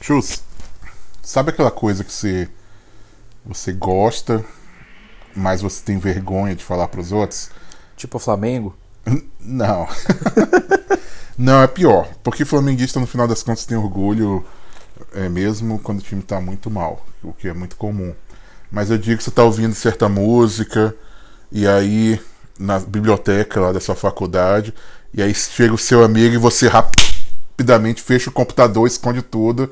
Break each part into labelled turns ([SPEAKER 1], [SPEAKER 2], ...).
[SPEAKER 1] Chus, sabe aquela coisa que você, você gosta, mas você tem vergonha de falar pros outros?
[SPEAKER 2] Tipo o Flamengo?
[SPEAKER 1] Não. Não, é pior. Porque flamenguista, no final das contas, tem orgulho é, mesmo quando o time tá muito mal, o que é muito comum. Mas eu digo que você tá ouvindo certa música, e aí na biblioteca lá da sua faculdade, e aí chega o seu amigo e você rapidamente fecha o computador, esconde tudo,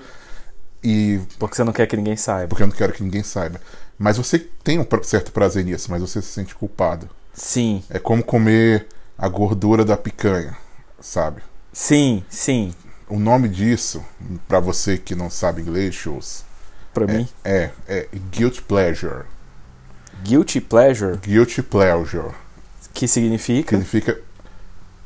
[SPEAKER 1] e
[SPEAKER 2] Porque você não quer que ninguém saiba.
[SPEAKER 1] porque eu não quero que ninguém saiba. Mas você tem um pra- certo prazer nisso, mas você se sente culpado.
[SPEAKER 2] Sim,
[SPEAKER 1] É como comer a gordura da picanha, sabe?
[SPEAKER 2] sim, sim.
[SPEAKER 1] O nome disso, pra você que não sabe inglês, shows,
[SPEAKER 2] Pra mim,
[SPEAKER 1] é, é guilt pleasure.
[SPEAKER 2] guilty pleasure,
[SPEAKER 1] Guilty pleasure
[SPEAKER 2] que significa
[SPEAKER 1] significa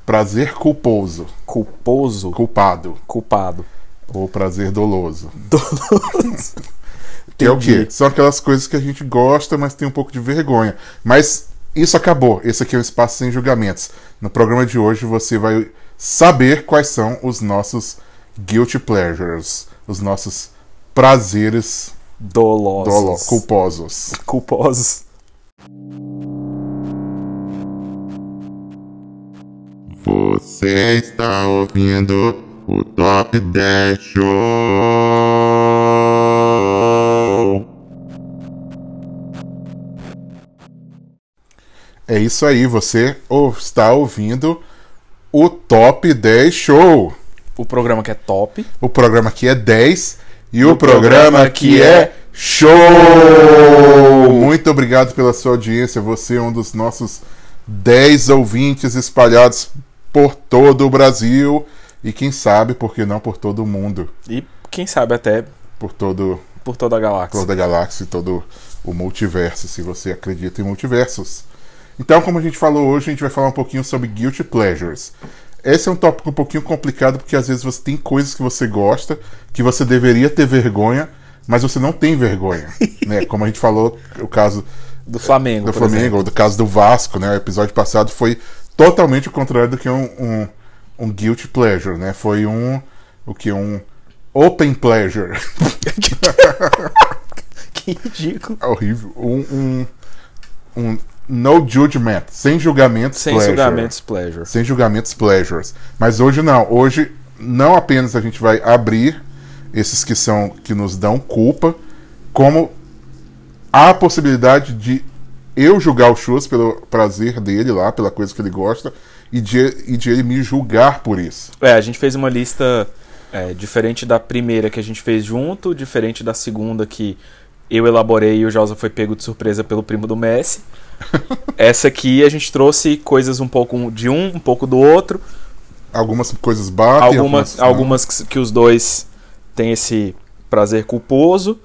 [SPEAKER 1] prazer culposo,
[SPEAKER 2] culposo,
[SPEAKER 1] culpado
[SPEAKER 2] culpado.
[SPEAKER 1] ou prazer doloso.
[SPEAKER 2] Doloso.
[SPEAKER 1] Que é o
[SPEAKER 2] Entendi.
[SPEAKER 1] quê? São aquelas coisas que a gente gosta, mas tem um pouco de vergonha. Mas isso acabou. Esse aqui é um espaço sem julgamentos. No programa de hoje você vai saber quais são os nossos guilty pleasures, os nossos prazeres
[SPEAKER 2] Dolosos.
[SPEAKER 1] dolo culposos.
[SPEAKER 2] Culposos.
[SPEAKER 3] Você está ouvindo o Top 10 Show.
[SPEAKER 1] É isso aí, você ou- está ouvindo o Top 10 Show.
[SPEAKER 2] O programa que é top.
[SPEAKER 1] O programa que é 10 e o,
[SPEAKER 2] o
[SPEAKER 1] programa,
[SPEAKER 2] programa
[SPEAKER 1] que
[SPEAKER 2] que
[SPEAKER 1] é
[SPEAKER 2] é
[SPEAKER 1] show! Muito obrigado pela sua audiência. Você é um dos nossos 10 ouvintes espalhados por todo o Brasil e quem sabe, por que não por todo o mundo,
[SPEAKER 2] E quem sabe até
[SPEAKER 1] por todo
[SPEAKER 2] por toda a galáxia.
[SPEAKER 1] toda a galáxia e todo o multiverso, se você acredita em multiversos. Então, como a gente falou hoje, a gente vai falar um pouquinho sobre guilty pleasures. Esse é um tópico um pouquinho complicado porque às vezes você tem coisas que você gosta, que você deveria ter vergonha, mas você não tem vergonha, né? Como a gente falou, o caso
[SPEAKER 2] Do Flamengo.
[SPEAKER 1] do
[SPEAKER 2] por
[SPEAKER 1] Flamengo, ou do caso do Vasco, né? O episódio passado foi totalmente o contrário do que um, um, um guilty pleasure, né? Foi um o que um open pleasure.
[SPEAKER 2] exemplo. Que ridículo.
[SPEAKER 1] É horrível. Um, um, um no judgment, sem julgamentos
[SPEAKER 2] Sem
[SPEAKER 1] pleasure.
[SPEAKER 2] julgamentos, pleasure.
[SPEAKER 1] Sem julgamentos pleasures. Mas hoje não. Hoje não apenas a gente vai abrir esses que são que nos dão culpa, como há a possibilidade de eu julgar o Chus pelo prazer dele lá, pela coisa que ele gosta, e de, e de ele me julgar por isso.
[SPEAKER 2] É, a gente fez uma lista é, diferente da primeira que a gente fez junto, diferente da segunda que eu elaborei e o Josa foi pego de surpresa pelo primo do Messi. Essa aqui a gente trouxe coisas um pouco de um, um pouco do outro.
[SPEAKER 1] Algumas coisas batem,
[SPEAKER 2] Algumas,
[SPEAKER 1] não.
[SPEAKER 2] algumas que, que os dois têm esse prazer culposo.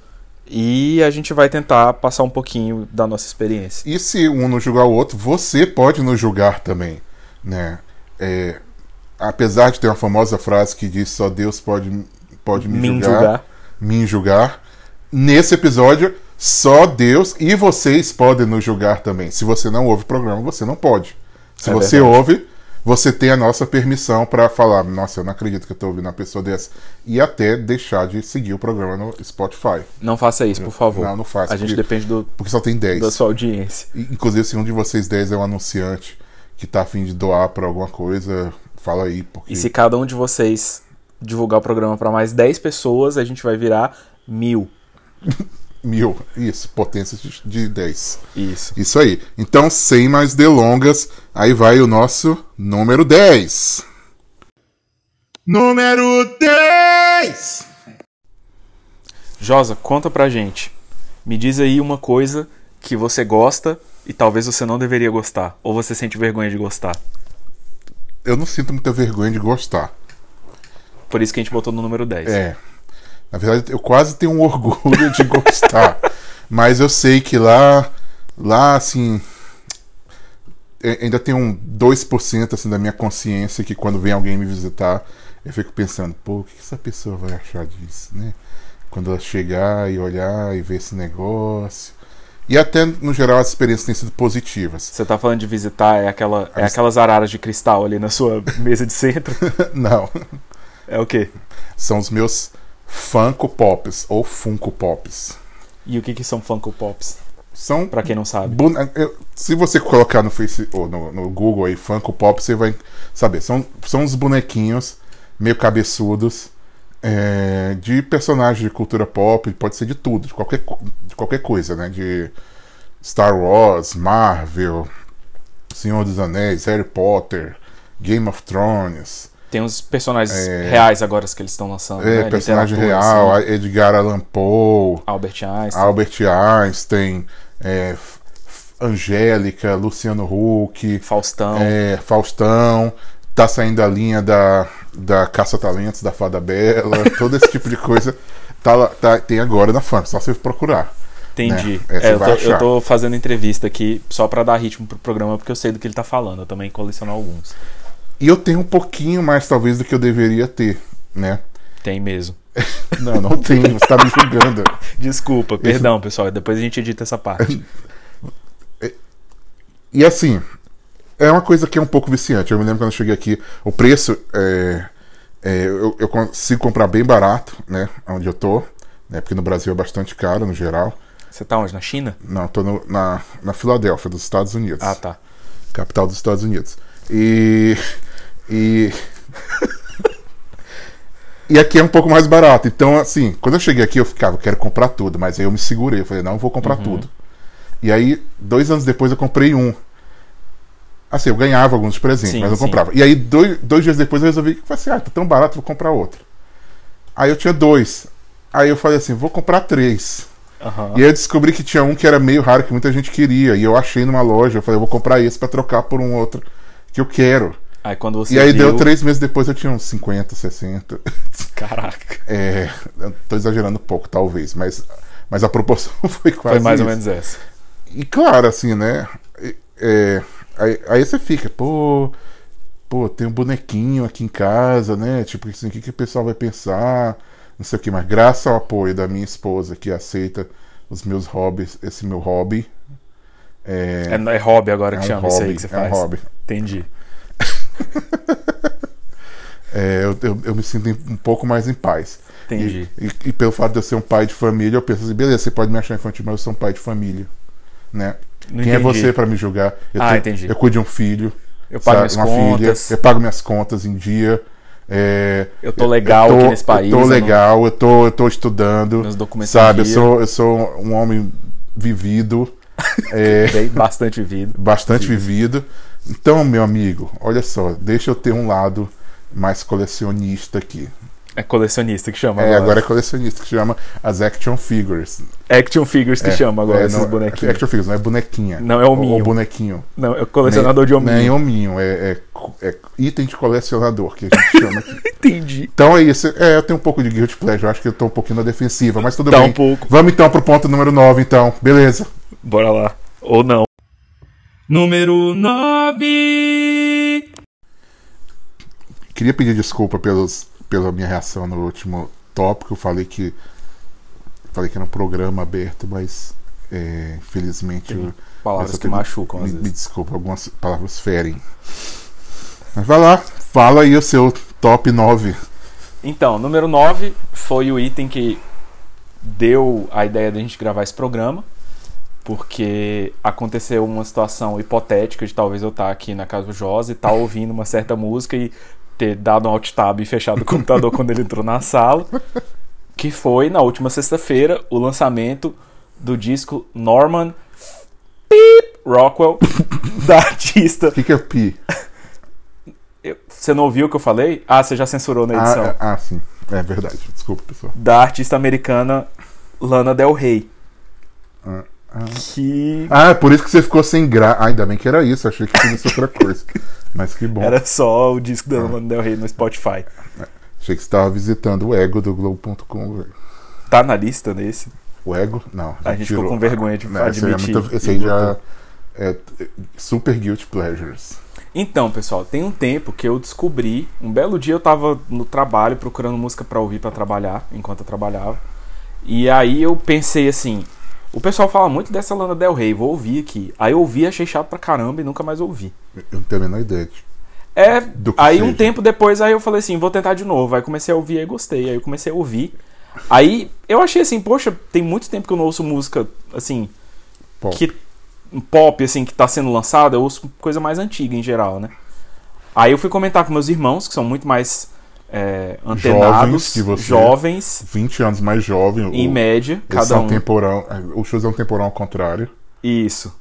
[SPEAKER 2] E a gente vai tentar passar um pouquinho da nossa experiência.
[SPEAKER 1] E se um não julgar o outro, você pode nos julgar também, né? É, apesar de ter uma famosa frase que diz só Deus pode, pode me,
[SPEAKER 2] Me
[SPEAKER 1] julgar,
[SPEAKER 2] julgar.
[SPEAKER 1] me julgar, nesse episódio só Deus e vocês podem nos julgar também. Se você não ouve o programa, você não pode. Se
[SPEAKER 2] É
[SPEAKER 1] você
[SPEAKER 2] verdade.
[SPEAKER 1] ouve, você tem a nossa permissão para falar, nossa, eu não acredito que eu tô ouvindo uma pessoa dessa, e até deixar de seguir o programa no Spotify.
[SPEAKER 2] Não faça isso, por favor.
[SPEAKER 1] Não, não faça,
[SPEAKER 2] A gente
[SPEAKER 1] porque-
[SPEAKER 2] depende do,
[SPEAKER 1] Porque só tem 10.
[SPEAKER 2] da sua audiência.
[SPEAKER 1] E, Inclusive, se um de vocês 10 é um anunciante que tá afim de doar pra alguma coisa, fala aí, porque
[SPEAKER 2] E se cada um de vocês divulgar o programa para mais 10 pessoas, a gente vai virar mil.
[SPEAKER 1] mil, isso, potência de- de 10.
[SPEAKER 2] Isso.
[SPEAKER 1] Isso aí. Então, sem mais delongas, aí vai o nosso número 10.
[SPEAKER 3] Número 10!
[SPEAKER 2] Josa, conta pra gente. Me diz aí uma coisa que você gosta e talvez você não deveria gostar. Ou você sente vergonha de gostar.
[SPEAKER 1] Eu não sinto muita vergonha de gostar.
[SPEAKER 2] Por isso que a gente botou no número 10.
[SPEAKER 1] É. Na verdade, eu quase tenho um orgulho de gostar. mas eu sei que lá, lá assim, a- ainda tem um 2% assim da minha consciência que quando vem alguém me visitar, eu fico pensando, pô, o que que essa pessoa vai achar disso, né? Quando ela chegar e olhar e ver esse negócio. E até no geral as experiências têm sido positivas.
[SPEAKER 2] Você tá falando de visitar, é, aquela, é aquelas araras de cristal ali na sua mesa de centro?
[SPEAKER 1] Não,
[SPEAKER 2] É o quê?
[SPEAKER 1] são os meus Funko Pops ou Funko Pops.
[SPEAKER 2] E o que, que são Funko Pops?
[SPEAKER 1] São
[SPEAKER 2] Pra quem não sabe.
[SPEAKER 1] Bone- eu- Se você colocar no Face ou no, no Google aí Funko Pop, você vai saber. São, são uns bonequinhos meio cabeçudos é, de personagens de cultura pop, pode ser de tudo, de qualquer, co- de qualquer coisa, né? De Star Wars, Marvel, Senhor dos Anéis, Harry Potter, Game of Thrones,
[SPEAKER 2] Tem uns personagens
[SPEAKER 1] É.
[SPEAKER 2] reais agora que eles estão lançando.
[SPEAKER 1] é,
[SPEAKER 2] né?
[SPEAKER 1] personagem
[SPEAKER 2] Literatura,
[SPEAKER 1] real,
[SPEAKER 2] assim.
[SPEAKER 1] Edgar Allan Poe,
[SPEAKER 2] Albert Einstein.
[SPEAKER 1] Albert Einstein, é, F- F- Angélica, Luciano Huck.
[SPEAKER 2] Faustão.
[SPEAKER 1] É, Faustão, tá saindo a linha da, da Caça Talentos, da Fada Bela, todo esse tipo de coisa tá, lá- tá- tem agora na fã, só você procurar.
[SPEAKER 2] Entendi.
[SPEAKER 1] né? É, você
[SPEAKER 2] É, eu, tô,
[SPEAKER 1] vai achar.
[SPEAKER 2] eu tô fazendo entrevista aqui só pra dar ritmo pro programa, porque eu sei do que ele tá falando. Eu também coleciono alguns.
[SPEAKER 1] E eu tenho um pouquinho mais, talvez, do que eu deveria ter, né?
[SPEAKER 2] Tem mesmo.
[SPEAKER 1] Não, não tenho, você tá me julgando.
[SPEAKER 2] Desculpa, perdão, pessoal. Depois a gente edita essa parte.
[SPEAKER 1] E assim, é uma coisa que é um pouco viciante. Eu me lembro quando eu cheguei aqui, o preço é, é, eu, eu consigo comprar bem barato, né? Onde eu tô, né? Porque no Brasil é bastante caro, no geral.
[SPEAKER 2] Você tá onde? Na China?
[SPEAKER 1] Não, eu tô no- na, na Filadélfia, dos Estados Unidos.
[SPEAKER 2] Ah, tá.
[SPEAKER 1] capital dos Estados Unidos. E. E. e aqui é um pouco mais barato. Então, assim, quando eu cheguei aqui, eu ficava, quero comprar tudo, mas aí eu me segurei. Eu falei, não, eu vou
[SPEAKER 2] Uhum.
[SPEAKER 1] comprar tudo. E aí, dois anos depois, eu comprei um. Assim, eu ganhava alguns presentes,
[SPEAKER 2] Sim,
[SPEAKER 1] mas não
[SPEAKER 2] sim.
[SPEAKER 1] comprava. E aí, dois, dois dias depois, eu resolvi que falei assim, ah, tá tão barato, vou comprar outro. Aí eu tinha dois. Aí eu falei assim, vou comprar três.
[SPEAKER 2] Aham.
[SPEAKER 1] E aí eu descobri que tinha um que era meio raro, que muita gente queria. E eu achei numa loja, eu falei, eu vou comprar esse pra trocar por um outro que eu quero.
[SPEAKER 2] Aí quando você
[SPEAKER 1] e aí
[SPEAKER 2] viu...
[SPEAKER 1] deu três meses depois, eu tinha uns 50, 60.
[SPEAKER 2] Caraca.
[SPEAKER 1] É, eu tô exagerando um pouco, talvez, mas, mas a proporção foi quase
[SPEAKER 2] Foi mais ou
[SPEAKER 1] isso.
[SPEAKER 2] menos essa.
[SPEAKER 1] E claro, assim, né? é, aí, aí você fica, pô, pô, tem um bonequinho aqui em casa, né? Tipo, assim, o que, que o pessoal vai pensar? Não sei o que, mas graças ao apoio da minha esposa que aceita os meus hobbies, esse meu hobby.
[SPEAKER 2] É, é hobby agora que
[SPEAKER 1] um
[SPEAKER 2] chama isso aí que você
[SPEAKER 1] é um
[SPEAKER 2] faz.
[SPEAKER 1] hobby.
[SPEAKER 2] Entendi.
[SPEAKER 1] É, eu, eu, eu me sinto um pouco mais em paz.
[SPEAKER 2] Entendi.
[SPEAKER 1] E, e- e pelo fato de eu ser um pai de família, eu penso assim, beleza, você pode me achar infantil, mas eu sou um pai de família. Né?
[SPEAKER 2] Não
[SPEAKER 1] Quem é
[SPEAKER 2] entendi.
[SPEAKER 1] você pra me julgar? Eu
[SPEAKER 2] Ah,
[SPEAKER 1] tenho-
[SPEAKER 2] entendi.
[SPEAKER 1] Eu cuido de um filho.
[SPEAKER 2] Eu pago
[SPEAKER 1] sabe,
[SPEAKER 2] minhas contas.
[SPEAKER 1] eu pago minhas contas em dia. é,
[SPEAKER 2] Eu tô legal aqui nesse país,
[SPEAKER 1] Eu
[SPEAKER 2] eu
[SPEAKER 1] tô
[SPEAKER 2] não-
[SPEAKER 1] legal, eu tô, eu tô estudando.
[SPEAKER 2] Meus documentos
[SPEAKER 1] Sabe,
[SPEAKER 2] em
[SPEAKER 1] eu
[SPEAKER 2] dia.
[SPEAKER 1] sou, eu sou um homem vivido, é,
[SPEAKER 2] Dei bastante vida.
[SPEAKER 1] bastante vivido. Então, meu amigo, olha só, deixa eu ter um lado mais colecionista aqui.
[SPEAKER 2] É colecionista que chama
[SPEAKER 1] É, agora é colecionista, que chama as action figures.
[SPEAKER 2] Action figures que
[SPEAKER 1] É,
[SPEAKER 2] chama agora
[SPEAKER 1] é,
[SPEAKER 2] esses
[SPEAKER 1] não-
[SPEAKER 2] bonequinhos.
[SPEAKER 1] Action figures, não é bonequinha.
[SPEAKER 2] Não, é hominho.
[SPEAKER 1] Ou, ou bonequinho.
[SPEAKER 2] Não, é colecionador de hominho.
[SPEAKER 1] Nem hominho, é, é co- é item de colecionador que a gente chama aqui.
[SPEAKER 2] Entendi.
[SPEAKER 1] Então é isso. É, eu tenho um pouco de guilty pleasure. Eu acho que eu tô um pouquinho na defensiva, mas tudo
[SPEAKER 2] Tá
[SPEAKER 1] bem.
[SPEAKER 2] um pouco.
[SPEAKER 1] Vamos então pro ponto número 9, então. Beleza.
[SPEAKER 2] Bora lá. Ou não.
[SPEAKER 4] Número 9.
[SPEAKER 1] Queria pedir desculpa pelos, pela minha reação no último tópico. Eu falei que. Falei que era um programa aberto, mas é, infelizmente. eu-
[SPEAKER 2] Palavras
[SPEAKER 1] essa
[SPEAKER 2] que
[SPEAKER 1] teve-
[SPEAKER 2] machucam,
[SPEAKER 1] me,
[SPEAKER 2] às
[SPEAKER 1] me
[SPEAKER 2] vezes.
[SPEAKER 1] desculpa, algumas palavras ferem. Mas vai lá, fala aí o seu top 9.
[SPEAKER 2] Então, número 9 foi o item que deu a ideia da gente gravar esse programa. Porque aconteceu uma situação hipotética de talvez eu estar aqui na casa do Josi, estar ouvindo uma certa música e ter dado um alt tab e fechado o computador quando ele entrou na sala. Que foi na última sexta-feira o lançamento do disco Norman Pip Rockwell, da artista.
[SPEAKER 1] O que, que é pi?
[SPEAKER 2] Eu- Você não ouviu o que eu falei? Ah, você já censurou na edição.
[SPEAKER 1] Ah, ah, sim. É verdade. Desculpa, pessoal.
[SPEAKER 2] da artista americana Lana Del Rey.
[SPEAKER 1] Ah,
[SPEAKER 2] Que
[SPEAKER 1] Ah, é por isso que você ficou sem graça. Ah, ainda bem que era isso. Achei que fosse outra coisa. Mas que Ah, bom.
[SPEAKER 2] era só o disco da Lana Del Rey no Spotify.
[SPEAKER 1] Achei que você estava visitando o ego do Globo.com. velho.
[SPEAKER 2] Tá na lista nesse?
[SPEAKER 1] O ego? Não.
[SPEAKER 2] A gente ficou com vergonha de
[SPEAKER 1] Não, esse aí é
[SPEAKER 2] admitir.
[SPEAKER 1] muito- Esse aí já é t- super guilty pleasures.
[SPEAKER 2] Então, pessoal, tem um tempo que eu descobri. Um belo dia eu tava no trabalho procurando música pra ouvir pra trabalhar, enquanto eu trabalhava. E aí eu pensei assim: o pessoal fala muito dessa Lana Del Rey, vou ouvir aqui. Aí eu ouvi, achei chato pra caramba e nunca mais ouvi.
[SPEAKER 1] Eu não tenho a menor ideia. de-
[SPEAKER 2] É,
[SPEAKER 1] Do que
[SPEAKER 2] aí um
[SPEAKER 1] seja.
[SPEAKER 2] tempo depois aí eu falei assim, vou tentar de novo. Aí comecei a ouvir, aí gostei. Aí eu comecei a ouvir. Aí eu achei assim, poxa, tem muito tempo que eu não ouço música assim.
[SPEAKER 1] Pop.
[SPEAKER 2] Que, pop, assim, que tá sendo lançada, eu ouço coisa mais antiga em geral, né? Aí eu fui comentar com meus irmãos, que são muito mais é, antenados,
[SPEAKER 1] Jovens que você.
[SPEAKER 2] jovens,
[SPEAKER 1] 20 anos mais jovem. o-
[SPEAKER 2] em média,
[SPEAKER 1] eles
[SPEAKER 2] cada
[SPEAKER 1] são
[SPEAKER 2] um.
[SPEAKER 1] temporão. é, O Chuzão temporão ao contrário.
[SPEAKER 2] Isso.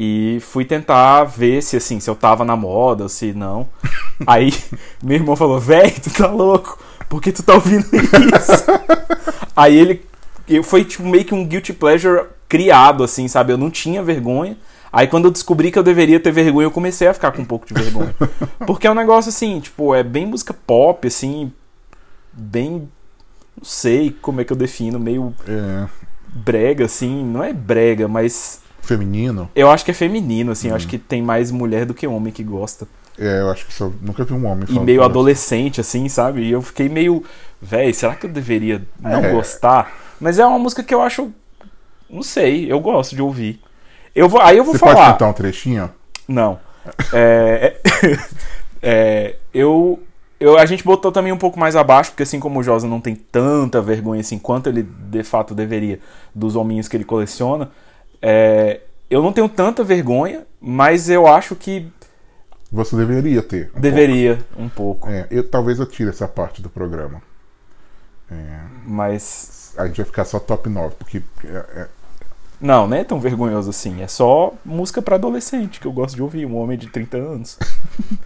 [SPEAKER 2] E fui tentar ver se assim, se eu tava na moda, ou se não. Aí meu irmão falou, véi, tu tá louco? Por que tu tá ouvindo isso? Aí ele. eu- Foi tipo meio que um guilty pleasure criado, assim, sabe? Eu não tinha vergonha. Aí quando eu descobri que eu deveria ter vergonha, eu comecei a ficar com um pouco de vergonha. Porque é um negócio assim, tipo, é bem música pop, assim, bem. Não sei como é que eu defino, meio
[SPEAKER 1] É,
[SPEAKER 2] brega, assim. Não é brega, mas
[SPEAKER 1] feminino.
[SPEAKER 2] eu acho que é feminino, assim. Eu
[SPEAKER 1] Uhum.
[SPEAKER 2] acho que tem mais mulher do que homem que gosta.
[SPEAKER 1] É, eu acho que só, nunca vi um homem
[SPEAKER 2] E
[SPEAKER 1] falando
[SPEAKER 2] meio
[SPEAKER 1] sobre
[SPEAKER 2] adolescente, assim, sabe? E eu fiquei meio. Véi, será que eu deveria não
[SPEAKER 1] É.
[SPEAKER 2] gostar? Mas é uma música que eu acho. Não sei, eu gosto de ouvir. Eu vou, aí eu
[SPEAKER 1] isso.
[SPEAKER 2] vou
[SPEAKER 1] Você
[SPEAKER 2] falar.
[SPEAKER 1] pode contar um trechinho?
[SPEAKER 2] Não. É, é, eu, eu. A gente botou também um pouco mais abaixo, porque assim como o Josa não tem tanta vergonha assim quanto ele de fato deveria dos hominhos que ele coleciona, é, eu não tenho tanta vergonha, mas eu acho que
[SPEAKER 1] Você deveria ter. um
[SPEAKER 2] deveria um pouco.
[SPEAKER 1] pouco. É, eu, talvez eu tire essa parte do programa. É,
[SPEAKER 2] Mas.
[SPEAKER 1] a gente vai ficar só top 9, porque é, é,
[SPEAKER 2] Não, não é tão vergonhoso assim. É só música pra adolescente que eu gosto de ouvir, um homem de 30 anos.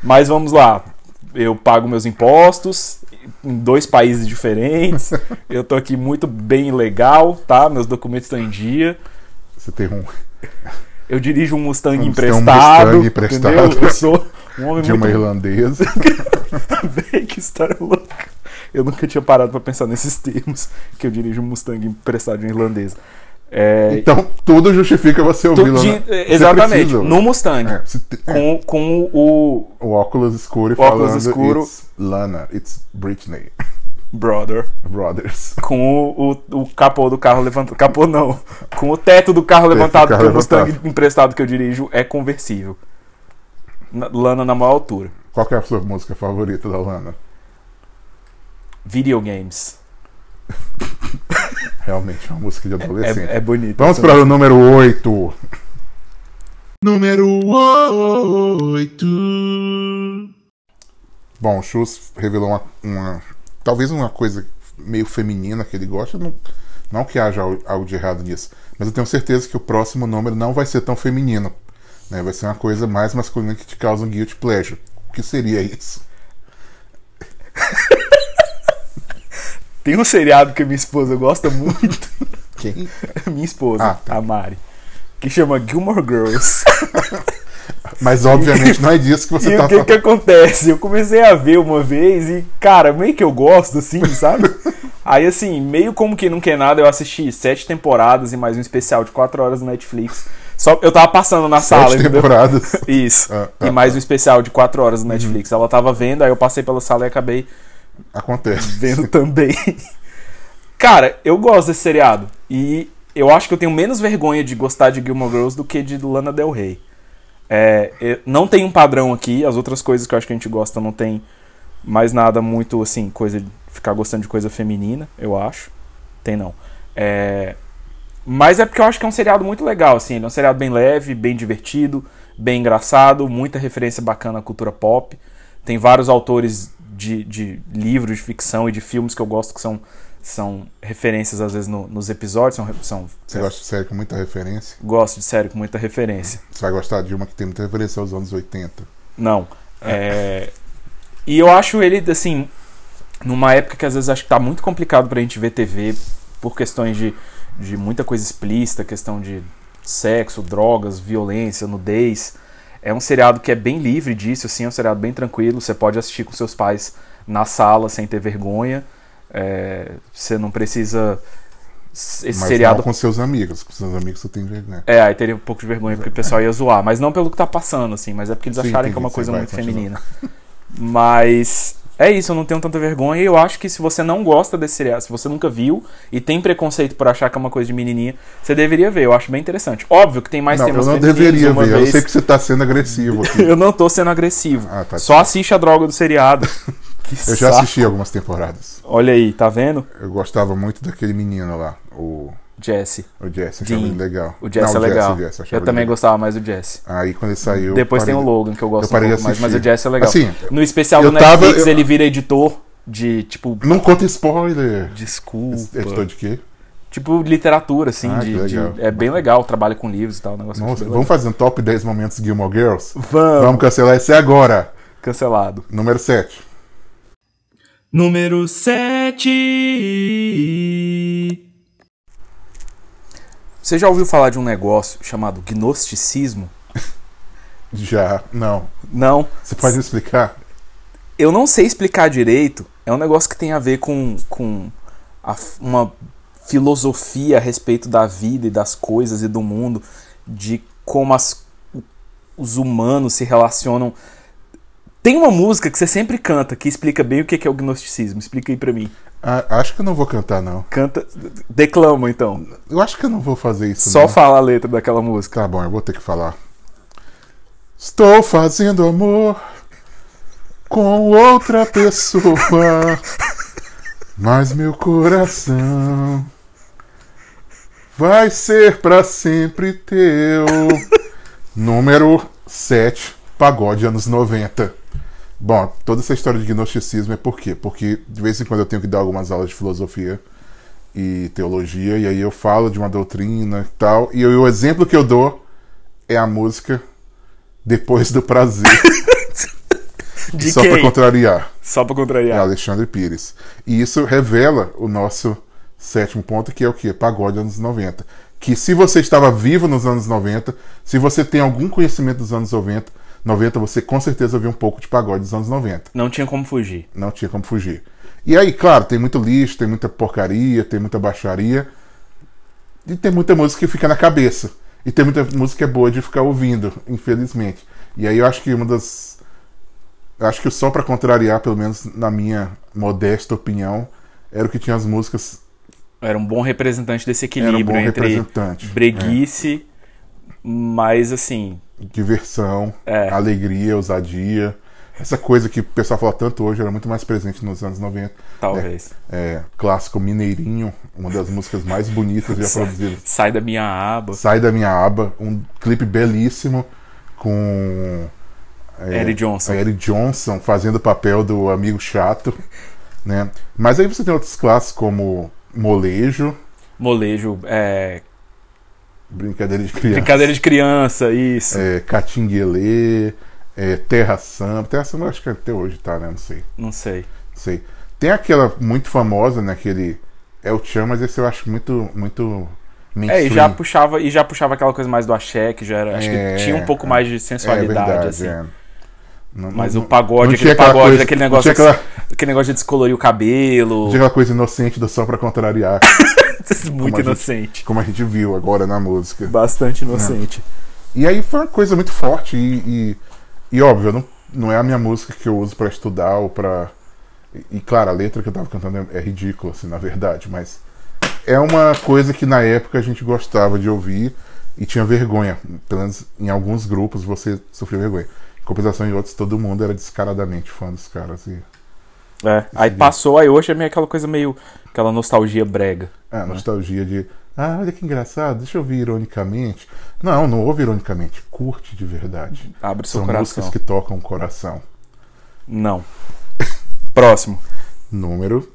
[SPEAKER 2] Mas vamos lá. Eu pago meus impostos em dois países diferentes. Eu tô aqui muito bem legal, tá? Meus documentos estão em dia.
[SPEAKER 1] você tem um
[SPEAKER 2] Eu dirijo um Mustang
[SPEAKER 1] Você é um
[SPEAKER 2] emprestado.
[SPEAKER 1] Mustang emprestado.
[SPEAKER 2] Entendeu? Eu sou um homem
[SPEAKER 1] de
[SPEAKER 2] muito
[SPEAKER 1] uma irlandesa.
[SPEAKER 2] Véi, que história louca. Eu nunca tinha parado pra pensar nesses termos que eu dirijo um Mustang emprestado de um irlandês. É,
[SPEAKER 1] Então tudo justifica você
[SPEAKER 2] tu-
[SPEAKER 1] ouvir
[SPEAKER 2] de- é, eh,
[SPEAKER 1] Lana. né? Você
[SPEAKER 2] exatamente,
[SPEAKER 1] precisa.
[SPEAKER 2] no Mustang.
[SPEAKER 1] É, você te- é,
[SPEAKER 2] com, com o
[SPEAKER 1] o óculos escuro e
[SPEAKER 2] O óculos
[SPEAKER 1] falando
[SPEAKER 2] escuro.
[SPEAKER 1] It's Lana, it's Britney
[SPEAKER 2] brother,
[SPEAKER 1] Brothers.
[SPEAKER 2] com o, o, o capô do carro levantado, capô não, com o teto do carro levantado,
[SPEAKER 1] carro
[SPEAKER 2] porque o Mustang
[SPEAKER 1] levantado.
[SPEAKER 2] emprestado que eu dirijo é conversível. Na- Lana na maior altura.
[SPEAKER 1] Qual que é a sua música favorita da Lana?
[SPEAKER 2] Videogames.
[SPEAKER 1] Realmente é uma música de adolescente.
[SPEAKER 2] É, é bonito.
[SPEAKER 1] Vamos
[SPEAKER 2] Então,
[SPEAKER 1] para o número 8.
[SPEAKER 3] Número 8.
[SPEAKER 1] Bom, o Schultz revelou uma, uma- Talvez uma coisa meio feminina que ele gosta. Não, não que haja al- algo de errado nisso. Mas eu tenho certeza que o próximo número não vai ser tão feminino. né? Vai ser uma coisa mais masculina que te causa um guilty pleasure. O que seria isso?
[SPEAKER 2] Tem um seriado que minha esposa gosta muito,
[SPEAKER 1] Quem?
[SPEAKER 2] minha esposa,
[SPEAKER 1] Ah, tá.
[SPEAKER 2] a Mari, que chama Gilmore Girls.
[SPEAKER 1] Mas obviamente não é disso que você
[SPEAKER 2] E o
[SPEAKER 1] tá
[SPEAKER 2] que
[SPEAKER 1] falando.
[SPEAKER 2] que acontece? Eu comecei a ver uma vez e, cara, meio que eu gosto, assim, sabe? Aí, assim, meio como que não quer nada, eu assisti sete temporadas e mais um especial de quatro horas no Netflix. Só, eu tava passando na sala,
[SPEAKER 1] Sete
[SPEAKER 2] entendeu?
[SPEAKER 1] temporadas.
[SPEAKER 2] Isso.
[SPEAKER 1] Ah, Uhum. tá,
[SPEAKER 2] e mais um especial de quatro horas no Netflix. Ela tava vendo, aí eu passei pela sala e acabei
[SPEAKER 1] Acontece.
[SPEAKER 2] vendo também. Cara, eu gosto desse seriado. E eu acho que eu tenho menos vergonha de gostar de Gilmore Girls do que de Lana Del Rey. É, eu- não tem um padrão aqui, as outras coisas que eu acho que a gente gosta não tem mais nada muito assim, coisa de ficar gostando de coisa feminina, eu acho. Tem não. É, mas é porque eu acho que é um seriado muito legal, assim, ele é um seriado bem leve, bem divertido, bem engraçado, muita referência bacana à cultura pop. Tem vários autores de, de livros de ficção e de filmes que eu gosto que são, são referências às vezes no- nos episódios, são, são
[SPEAKER 1] Você gosta de série com muita referência?
[SPEAKER 2] gosto de série com muita referência.
[SPEAKER 1] Você vai gostar de uma que tem muita referência aos anos 80.
[SPEAKER 2] Não. É, E eu acho ele, assim, numa época que às vezes acho que tá muito complicado pra gente ver TV por questões de, de muita coisa explícita, questão de sexo, drogas, violência, nudez. É um seriado que é bem livre disso, assim, é um seriado bem tranquilo. Você pode assistir com seus pais na sala sem ter vergonha. É, Você não precisa. Esse
[SPEAKER 1] Mas
[SPEAKER 2] seriado
[SPEAKER 1] não com seus amigos. Com seus amigos você tem vergonha.
[SPEAKER 2] é, aí teria um pouco de vergonha porque o pessoal ia zoar, mas não pelo que tá passando, assim, mas é porque eles
[SPEAKER 1] Sim,
[SPEAKER 2] acharem
[SPEAKER 1] entendi,
[SPEAKER 2] que é uma
[SPEAKER 1] você
[SPEAKER 2] coisa
[SPEAKER 1] vai,
[SPEAKER 2] muito
[SPEAKER 1] continua.
[SPEAKER 2] feminina. Mas é isso, eu não tenho tanta vergonha e eu acho que se você não gosta desse seriado, se você nunca viu e tem preconceito por achar que é uma coisa de menininha, você deveria ver, eu acho bem interessante. Óbvio que tem mais
[SPEAKER 1] não, eu
[SPEAKER 2] temas
[SPEAKER 1] não
[SPEAKER 2] femininos,
[SPEAKER 1] deveria
[SPEAKER 2] uma
[SPEAKER 1] ver. Eu
[SPEAKER 2] vez-
[SPEAKER 1] sei que você tá sendo agressivo aqui.
[SPEAKER 2] eu não tô sendo agressivo.
[SPEAKER 1] Ah, tá.
[SPEAKER 2] Só assiste a droga do seriado. Que
[SPEAKER 1] Eu já
[SPEAKER 2] saco.
[SPEAKER 1] assisti algumas temporadas.
[SPEAKER 2] Olha aí, tá vendo?
[SPEAKER 1] Eu gostava muito daquele menino lá, o,
[SPEAKER 2] Jesse.
[SPEAKER 1] o Jesse. Achava
[SPEAKER 2] Dean.
[SPEAKER 1] ele legal.
[SPEAKER 2] O Jesse
[SPEAKER 1] Não,
[SPEAKER 2] é legal.
[SPEAKER 1] Jesse, Jesse, achava
[SPEAKER 2] eu
[SPEAKER 1] ele
[SPEAKER 2] também
[SPEAKER 1] legal.
[SPEAKER 2] gostava mais do Jesse.
[SPEAKER 1] Aí quando ele saiu.
[SPEAKER 2] Depois tem
[SPEAKER 1] parei
[SPEAKER 2] o
[SPEAKER 1] de-
[SPEAKER 2] Logan, que eu
[SPEAKER 1] eu
[SPEAKER 2] gosto
[SPEAKER 1] parei
[SPEAKER 2] um
[SPEAKER 1] de
[SPEAKER 2] pouco mais, mas
[SPEAKER 1] assistir.
[SPEAKER 2] o Jesse é legal.
[SPEAKER 1] Assim,
[SPEAKER 2] no especial
[SPEAKER 1] eu
[SPEAKER 2] do Netflix,
[SPEAKER 1] tava- eu-
[SPEAKER 2] ele vira editor de, tipo,
[SPEAKER 1] Não conta spoiler.
[SPEAKER 2] desculpa.
[SPEAKER 1] Editor de quê?
[SPEAKER 2] Tipo, literatura, assim.
[SPEAKER 1] Ah, que
[SPEAKER 2] de, de-
[SPEAKER 1] legal.
[SPEAKER 2] é bem legal, trabalha com livros e tal. Um negócio
[SPEAKER 1] Nossa,
[SPEAKER 2] bem legal.
[SPEAKER 1] vamos fazer um top 10 momentos Gilmore Girls?
[SPEAKER 2] Vamos.
[SPEAKER 1] Vamos cancelar esse agora.
[SPEAKER 2] Cancelado.
[SPEAKER 1] Número 7.
[SPEAKER 4] Número 7.
[SPEAKER 2] Você já ouviu falar de um negócio chamado gnosticismo?
[SPEAKER 1] Já. Não.
[SPEAKER 2] Não.
[SPEAKER 1] Você pode me explicar?
[SPEAKER 2] Eu não sei explicar direito. É um negócio que tem a ver com, com a f- uma filosofia a respeito da vida e das coisas e do mundo, de como as- os humanos se relacionam. Tem uma música que você sempre canta que explica bem o que que é o gnosticismo. Explica aí pra mim.
[SPEAKER 1] Ah, acho que eu não vou cantar, não.
[SPEAKER 2] Canta, declama então.
[SPEAKER 1] Eu acho que eu não vou fazer isso.
[SPEAKER 2] Só
[SPEAKER 1] não.
[SPEAKER 2] fala a letra daquela música.
[SPEAKER 1] Tá bom, eu vou ter que falar. Estou fazendo amor com outra pessoa, mas meu coração vai ser pra sempre teu. Número 7, pagode anos 90. Bom, toda essa história de gnosticismo é por quê? Porque de vez em quando eu tenho que dar algumas aulas de filosofia e teologia, e aí eu falo de uma doutrina e tal, e eu- o exemplo que eu dou é a música Depois do Prazer,
[SPEAKER 2] De Tá.
[SPEAKER 1] só pra contrariar,
[SPEAKER 2] Só pra
[SPEAKER 1] é
[SPEAKER 2] contrariar.
[SPEAKER 1] Alexandre Pires. E isso revela o nosso sétimo ponto, que é o quê? Pagode anos 90. Que se você estava vivo nos anos 90, se você tem algum conhecimento dos anos 90, 90 você com certeza ouviu um pouco de pagode dos anos 90.
[SPEAKER 2] Não tinha como fugir.
[SPEAKER 1] Não tinha como fugir. E aí, claro, tem muito lixo, tem muita porcaria, tem muita baixaria. E tem muita música que fica na cabeça. E tem muita música que é boa de ficar ouvindo, infelizmente. E aí eu acho que uma das. eu Acho que só pra contrariar, pelo menos na minha modesta opinião, era o que tinha as músicas.
[SPEAKER 2] Era um bom representante desse
[SPEAKER 1] Era um
[SPEAKER 2] equilíbrio
[SPEAKER 1] bom
[SPEAKER 2] entre
[SPEAKER 1] representante. é.
[SPEAKER 2] breguice, mas assim,
[SPEAKER 1] diversão,
[SPEAKER 2] É.
[SPEAKER 1] alegria, ousadia. Essa coisa que o pessoal fala tanto hoje era muito mais presente nos anos 90.
[SPEAKER 2] talvez.
[SPEAKER 1] É, clássico Mineirinho, uma das músicas mais bonitas já produzidas.
[SPEAKER 2] Sai da minha aba.
[SPEAKER 1] Sai da minha aba, um clipe belíssimo com é,
[SPEAKER 2] Eric Johnson.
[SPEAKER 1] a Eric Johnson fazendo o papel do amigo chato, né? Mas aí você tem outros clássicos como Molejo,
[SPEAKER 2] Molejo, é,
[SPEAKER 1] Brincadeira de Criança,
[SPEAKER 2] brincadeira de criança, isso.
[SPEAKER 1] é, Catinguelê, é, Terra Samba. Terra Samba eu acho que até hoje tá, né? Não sei.
[SPEAKER 2] Não sei.
[SPEAKER 1] Sei. Tem aquela muito famosa, né? Aquele El Chan, mas esse eu acho muito, muito
[SPEAKER 2] É,
[SPEAKER 1] mainstream.
[SPEAKER 2] e já puxava, e já puxava aquela coisa mais do axé, que já era, acho
[SPEAKER 1] É,
[SPEAKER 2] que tinha um pouco
[SPEAKER 1] é.
[SPEAKER 2] mais de sensualidade, assim.
[SPEAKER 1] é. Não-
[SPEAKER 2] Mas
[SPEAKER 1] não-
[SPEAKER 2] o pagode,
[SPEAKER 1] não
[SPEAKER 2] aquele
[SPEAKER 1] tinha aquela
[SPEAKER 2] pagode,
[SPEAKER 1] coisa-
[SPEAKER 2] aquele
[SPEAKER 1] não
[SPEAKER 2] negócio
[SPEAKER 1] tinha aquela-
[SPEAKER 2] Aquele negócio de descolorir o cabelo,
[SPEAKER 1] Tinha aquela coisa inocente do só pra contrariar,
[SPEAKER 2] muito
[SPEAKER 1] Como a gente-
[SPEAKER 2] inocente.
[SPEAKER 1] como a gente viu agora na música.
[SPEAKER 2] Bastante inocente.
[SPEAKER 1] E aí foi uma coisa muito forte e, e, e óbvio, não, não é a minha música que eu uso pra estudar ou pra... E, e, claro, a letra que eu tava cantando é, é ridícula, assim, na verdade, mas é uma coisa que na época a gente gostava de ouvir e tinha vergonha. Pelo menos em alguns grupos você sofreu vergonha. Em compensação em outros, todo mundo era descaradamente fã dos caras e...
[SPEAKER 2] É, aí passou, aí hoje é meio aquela coisa meio. aquela nostalgia brega.
[SPEAKER 1] Ah, nostalgia de. Ah, olha que engraçado, deixa eu ouvir ironicamente. Não, não ouve ironicamente, curte de verdade.
[SPEAKER 2] Abre seu
[SPEAKER 1] São
[SPEAKER 2] coração.
[SPEAKER 1] músicas que tocam o coração.
[SPEAKER 2] Não. Próximo.
[SPEAKER 1] Número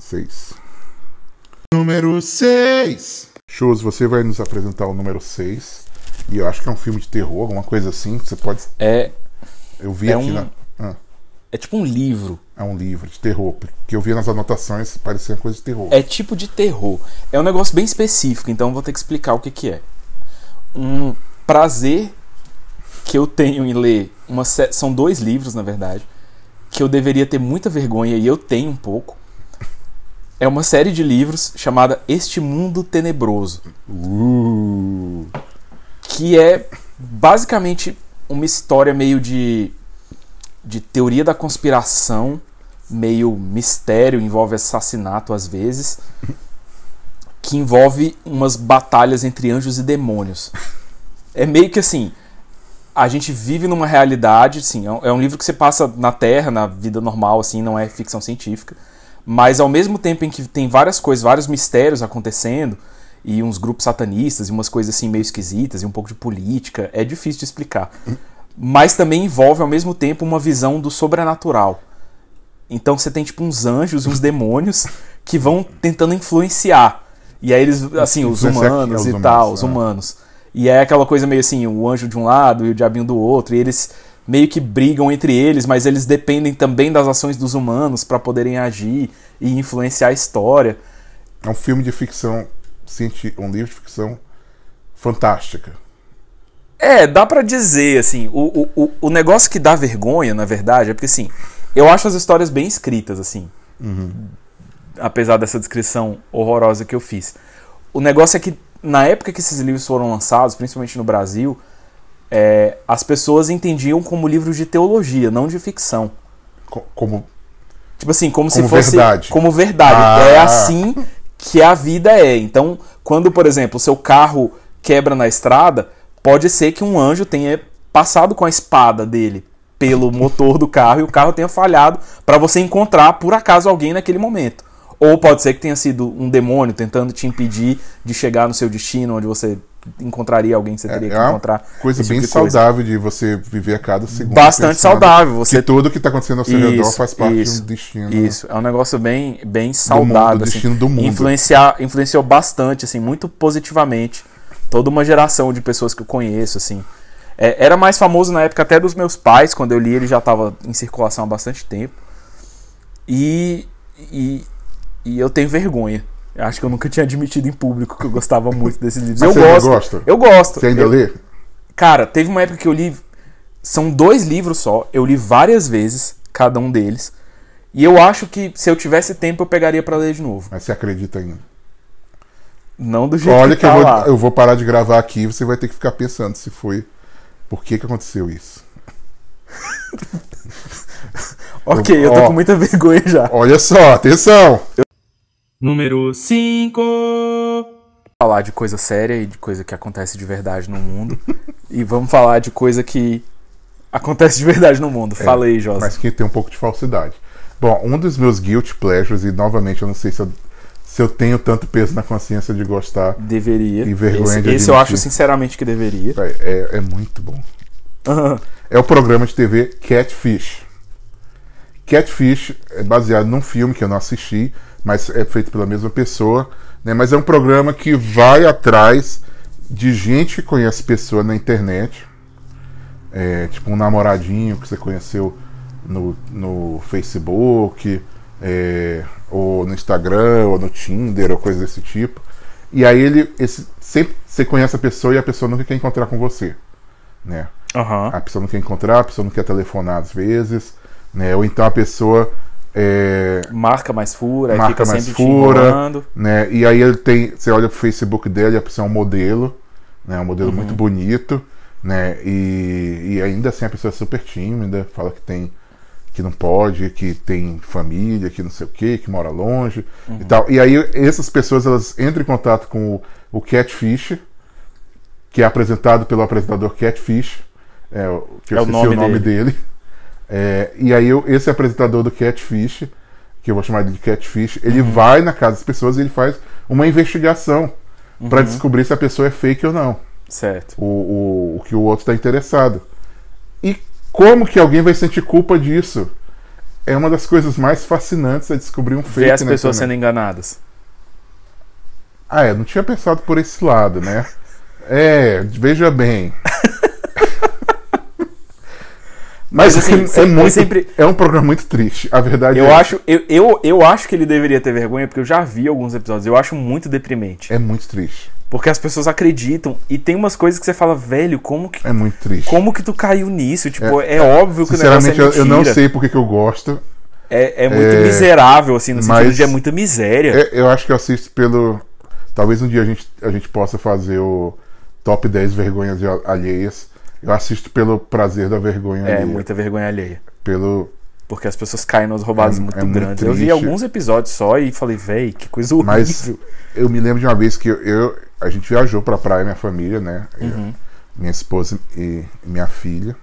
[SPEAKER 1] 6.
[SPEAKER 3] Número 6.
[SPEAKER 1] Shows, você vai nos apresentar o número 6. E eu acho que é um filme de terror, alguma coisa assim. Você pode.
[SPEAKER 2] É,
[SPEAKER 1] Eu vi
[SPEAKER 2] É
[SPEAKER 1] aqui
[SPEAKER 2] um-
[SPEAKER 1] na. Ah,
[SPEAKER 2] é tipo um livro.
[SPEAKER 1] é um livro de terror. Porque eu vi nas anotações, parecia coisa de terror.
[SPEAKER 2] É tipo de terror. É um negócio bem específico, então eu vou ter que explicar o que, que é. Um prazer que eu tenho em ler. Uma sé- São dois livros, na verdade. Que eu deveria ter muita vergonha e eu tenho um pouco. É uma série de livros chamada Este Mundo Tenebroso.
[SPEAKER 1] Uh,
[SPEAKER 2] que é basicamente uma história meio de, de teoria da conspiração, meio mistério, envolve assassinato às vezes, que envolve umas batalhas entre anjos e demônios. É meio que assim, a gente vive numa realidade, assim, é um- é um livro que se passa na Terra, na vida normal, assim, não é ficção científica. Mas ao mesmo tempo em que tem várias coisas, vários mistérios acontecendo, e uns grupos satanistas, e umas coisas assim meio esquisitas, e um pouco de política, é difícil de explicar. Mas também envolve ao mesmo tempo uma visão do sobrenatural. Então você tem tipo uns anjos, uns demônios que vão tentando influenciar. E aí eles, assim, os
[SPEAKER 1] Influenciar quem?
[SPEAKER 2] humanos
[SPEAKER 1] Os
[SPEAKER 2] e
[SPEAKER 1] humanos,
[SPEAKER 2] tal, os
[SPEAKER 1] ah.
[SPEAKER 2] humanos. E é aquela coisa meio assim, o anjo de um lado e o diabinho do outro, e eles meio que brigam entre eles, mas eles dependem também das ações dos humanos para poderem agir e influenciar a história.
[SPEAKER 1] É um filme de ficção, cienti- um livro de ficção fantástica.
[SPEAKER 2] É, dá pra dizer, assim, o, o, o- o negócio que dá vergonha, na verdade, é porque, assim, eu acho as histórias bem escritas, assim. Apesar dessa descrição horrorosa que eu fiz. O negócio é que, na época que esses livros foram lançados, principalmente no Brasil, é, as pessoas entendiam como livros de teologia, não de ficção.
[SPEAKER 1] Co- Como
[SPEAKER 2] Tipo assim, como, se
[SPEAKER 1] Como
[SPEAKER 2] fosse.
[SPEAKER 1] verdade.
[SPEAKER 2] Como verdade.
[SPEAKER 1] Ah.
[SPEAKER 2] É assim que a vida é. Então, quando, por exemplo, o seu carro quebra na estrada, pode ser que um anjo tenha passado com a espada dele pelo motor do carro e o carro tenha falhado para você encontrar, por acaso, alguém naquele momento. Ou pode ser que tenha sido um demônio tentando te impedir de chegar no seu destino, onde você encontraria alguém que você teria
[SPEAKER 1] é
[SPEAKER 2] que
[SPEAKER 1] uma
[SPEAKER 2] encontrar.
[SPEAKER 1] coisa
[SPEAKER 2] esse tipo
[SPEAKER 1] bem
[SPEAKER 2] de
[SPEAKER 1] saudável de você viver a cada segundo.
[SPEAKER 2] Bastante
[SPEAKER 1] pensando
[SPEAKER 2] saudável. Você
[SPEAKER 1] Que tudo que está acontecendo ao seu redor
[SPEAKER 2] Isso,
[SPEAKER 1] faz parte
[SPEAKER 2] isso,
[SPEAKER 1] de um destino.
[SPEAKER 2] Isso, é um negócio bem, bem
[SPEAKER 1] Do
[SPEAKER 2] saudável.
[SPEAKER 1] mundo, do
[SPEAKER 2] assim.
[SPEAKER 1] destino do mundo.
[SPEAKER 2] Influenciar, influenciou bastante, assim, muito positivamente. Toda uma geração de pessoas que eu conheço, assim. É, era mais famoso na época até dos meus pais, quando eu li ele já estava em circulação há bastante tempo. E, e, e eu tenho vergonha. Eu acho que eu nunca tinha admitido em público que eu gostava muito desses livros.
[SPEAKER 1] Mas
[SPEAKER 2] Eu
[SPEAKER 1] você ainda
[SPEAKER 2] gosto.
[SPEAKER 1] gosta?
[SPEAKER 2] Eu gosto.
[SPEAKER 1] Você ainda
[SPEAKER 2] eu,
[SPEAKER 1] lê?
[SPEAKER 2] Cara, teve uma época que eu li. São dois livros só. Eu li várias vezes cada um deles. E eu acho que se eu tivesse tempo eu pegaria pra ler de novo.
[SPEAKER 1] Mas você acredita ainda.
[SPEAKER 2] Não do jeito
[SPEAKER 1] Olha
[SPEAKER 2] que,
[SPEAKER 1] que eu
[SPEAKER 2] tá
[SPEAKER 1] vou,
[SPEAKER 2] lá.
[SPEAKER 1] eu vou parar de gravar aqui e você vai ter que ficar pensando se foi. Por que, que aconteceu isso?
[SPEAKER 2] Ok, eu tô
[SPEAKER 1] Ó.
[SPEAKER 2] com muita vergonha já.
[SPEAKER 1] Olha só, atenção!
[SPEAKER 4] número 5,
[SPEAKER 2] Falar de coisa séria e de coisa que acontece de verdade no mundo. e vamos falar de coisa que acontece de verdade no mundo. Fala aí, Josa.
[SPEAKER 1] É, mas que tem um pouco de falsidade. Bom, um dos meus guilt pleasures, e novamente eu não sei se eu, se eu tenho tanto peso na consciência de gostar,
[SPEAKER 2] Deveria.
[SPEAKER 1] E vergonha
[SPEAKER 2] esse
[SPEAKER 1] de
[SPEAKER 2] esse eu
[SPEAKER 1] admitir.
[SPEAKER 2] acho sinceramente que deveria.
[SPEAKER 1] vai, é, é muito bom. É o programa de TV Catfish. Catfish é baseado num filme que eu não assisti, mas é feito pela mesma pessoa, né? Mas é um programa que vai atrás de gente que conhece pessoa na internet. É, tipo um namoradinho que você conheceu no, no Facebook, é, ou no Instagram, ou no Tinder, ou coisa desse tipo. E aí ele. Esse, sempre você conhece a pessoa e a pessoa nunca quer encontrar com você. Né?
[SPEAKER 2] Aham.
[SPEAKER 1] a pessoa não quer encontrar, a pessoa não quer telefonar às vezes, né? Ou então a pessoa é,
[SPEAKER 2] Marca mais fura, aí
[SPEAKER 1] marca
[SPEAKER 2] fica
[SPEAKER 1] mais
[SPEAKER 2] sempre te
[SPEAKER 1] fura,
[SPEAKER 2] enrolando.
[SPEAKER 1] né? E aí ele tem, você olha pro Facebook dele, a pessoa é um modelo, né? Um modelo muito bonito, né? E, e ainda assim a pessoa é super tímida, fala que tem que não pode, que tem família, que não sei o que, que mora longe e tal. E aí essas pessoas elas entram em contato com o, o Catfish, que é apresentado pelo apresentador Catfish, é, o- que eu
[SPEAKER 2] É o
[SPEAKER 1] esqueci
[SPEAKER 2] nome
[SPEAKER 1] o nome dele. É, e aí eu- esse apresentador do Catfish, que eu vou chamar de Catfish, ele
[SPEAKER 2] Uhum.
[SPEAKER 1] vai na casa das pessoas e ele faz uma investigação pra
[SPEAKER 2] Uhum.
[SPEAKER 1] para descobrir se a pessoa é fake ou não
[SPEAKER 2] Certo.
[SPEAKER 1] o, o, o que o outro está interessado. E como que alguém vai sentir culpa disso? É uma das coisas mais fascinantes é descobrir um fake.
[SPEAKER 2] Ver as
[SPEAKER 1] na
[SPEAKER 2] pessoas
[SPEAKER 1] internet.
[SPEAKER 2] sendo enganadas.
[SPEAKER 1] Ah, é, não tinha pensado por esse lado, né? É, veja bem. Mas,
[SPEAKER 2] Mas, assim,
[SPEAKER 1] é,
[SPEAKER 2] sempre-
[SPEAKER 1] muito,
[SPEAKER 2] sempre-
[SPEAKER 1] é um programa muito triste. A verdade
[SPEAKER 2] Eu
[SPEAKER 1] é,
[SPEAKER 2] acho, eu, eu, eu acho que ele deveria ter vergonha, porque eu já vi alguns episódios. Eu acho muito deprimente.
[SPEAKER 1] é muito triste.
[SPEAKER 2] Porque as pessoas acreditam e tem umas coisas que você fala, velho, como que,
[SPEAKER 1] É muito triste.
[SPEAKER 2] como que tu caiu nisso? Tipo, é, óbvio que o negócio é
[SPEAKER 1] Sinceramente, eu-
[SPEAKER 2] mentira.
[SPEAKER 1] eu não sei porque que eu gosto.
[SPEAKER 2] É, é muito
[SPEAKER 1] É,
[SPEAKER 2] miserável, assim, no sentido
[SPEAKER 1] mas-
[SPEAKER 2] de é muita miséria.
[SPEAKER 1] É, eu acho que eu assisto pelo. Talvez um dia a gente, a gente possa fazer o top 10 vergonhas de- alheias. Eu assisto pelo prazer da vergonha
[SPEAKER 2] É,
[SPEAKER 1] alheia.
[SPEAKER 2] muita vergonha alheia.
[SPEAKER 1] Pelo,
[SPEAKER 2] Porque as pessoas caem nos roubados
[SPEAKER 1] É-
[SPEAKER 2] muito
[SPEAKER 1] é muito
[SPEAKER 2] grandes. eu vi
[SPEAKER 1] triste.
[SPEAKER 2] alguns episódios só e falei, velho, que coisa horrível. Uhum.
[SPEAKER 1] Mas eu me lembro de uma vez que eu, eu- a gente viajou pra praia, minha família, né? minha esposa e minha filha.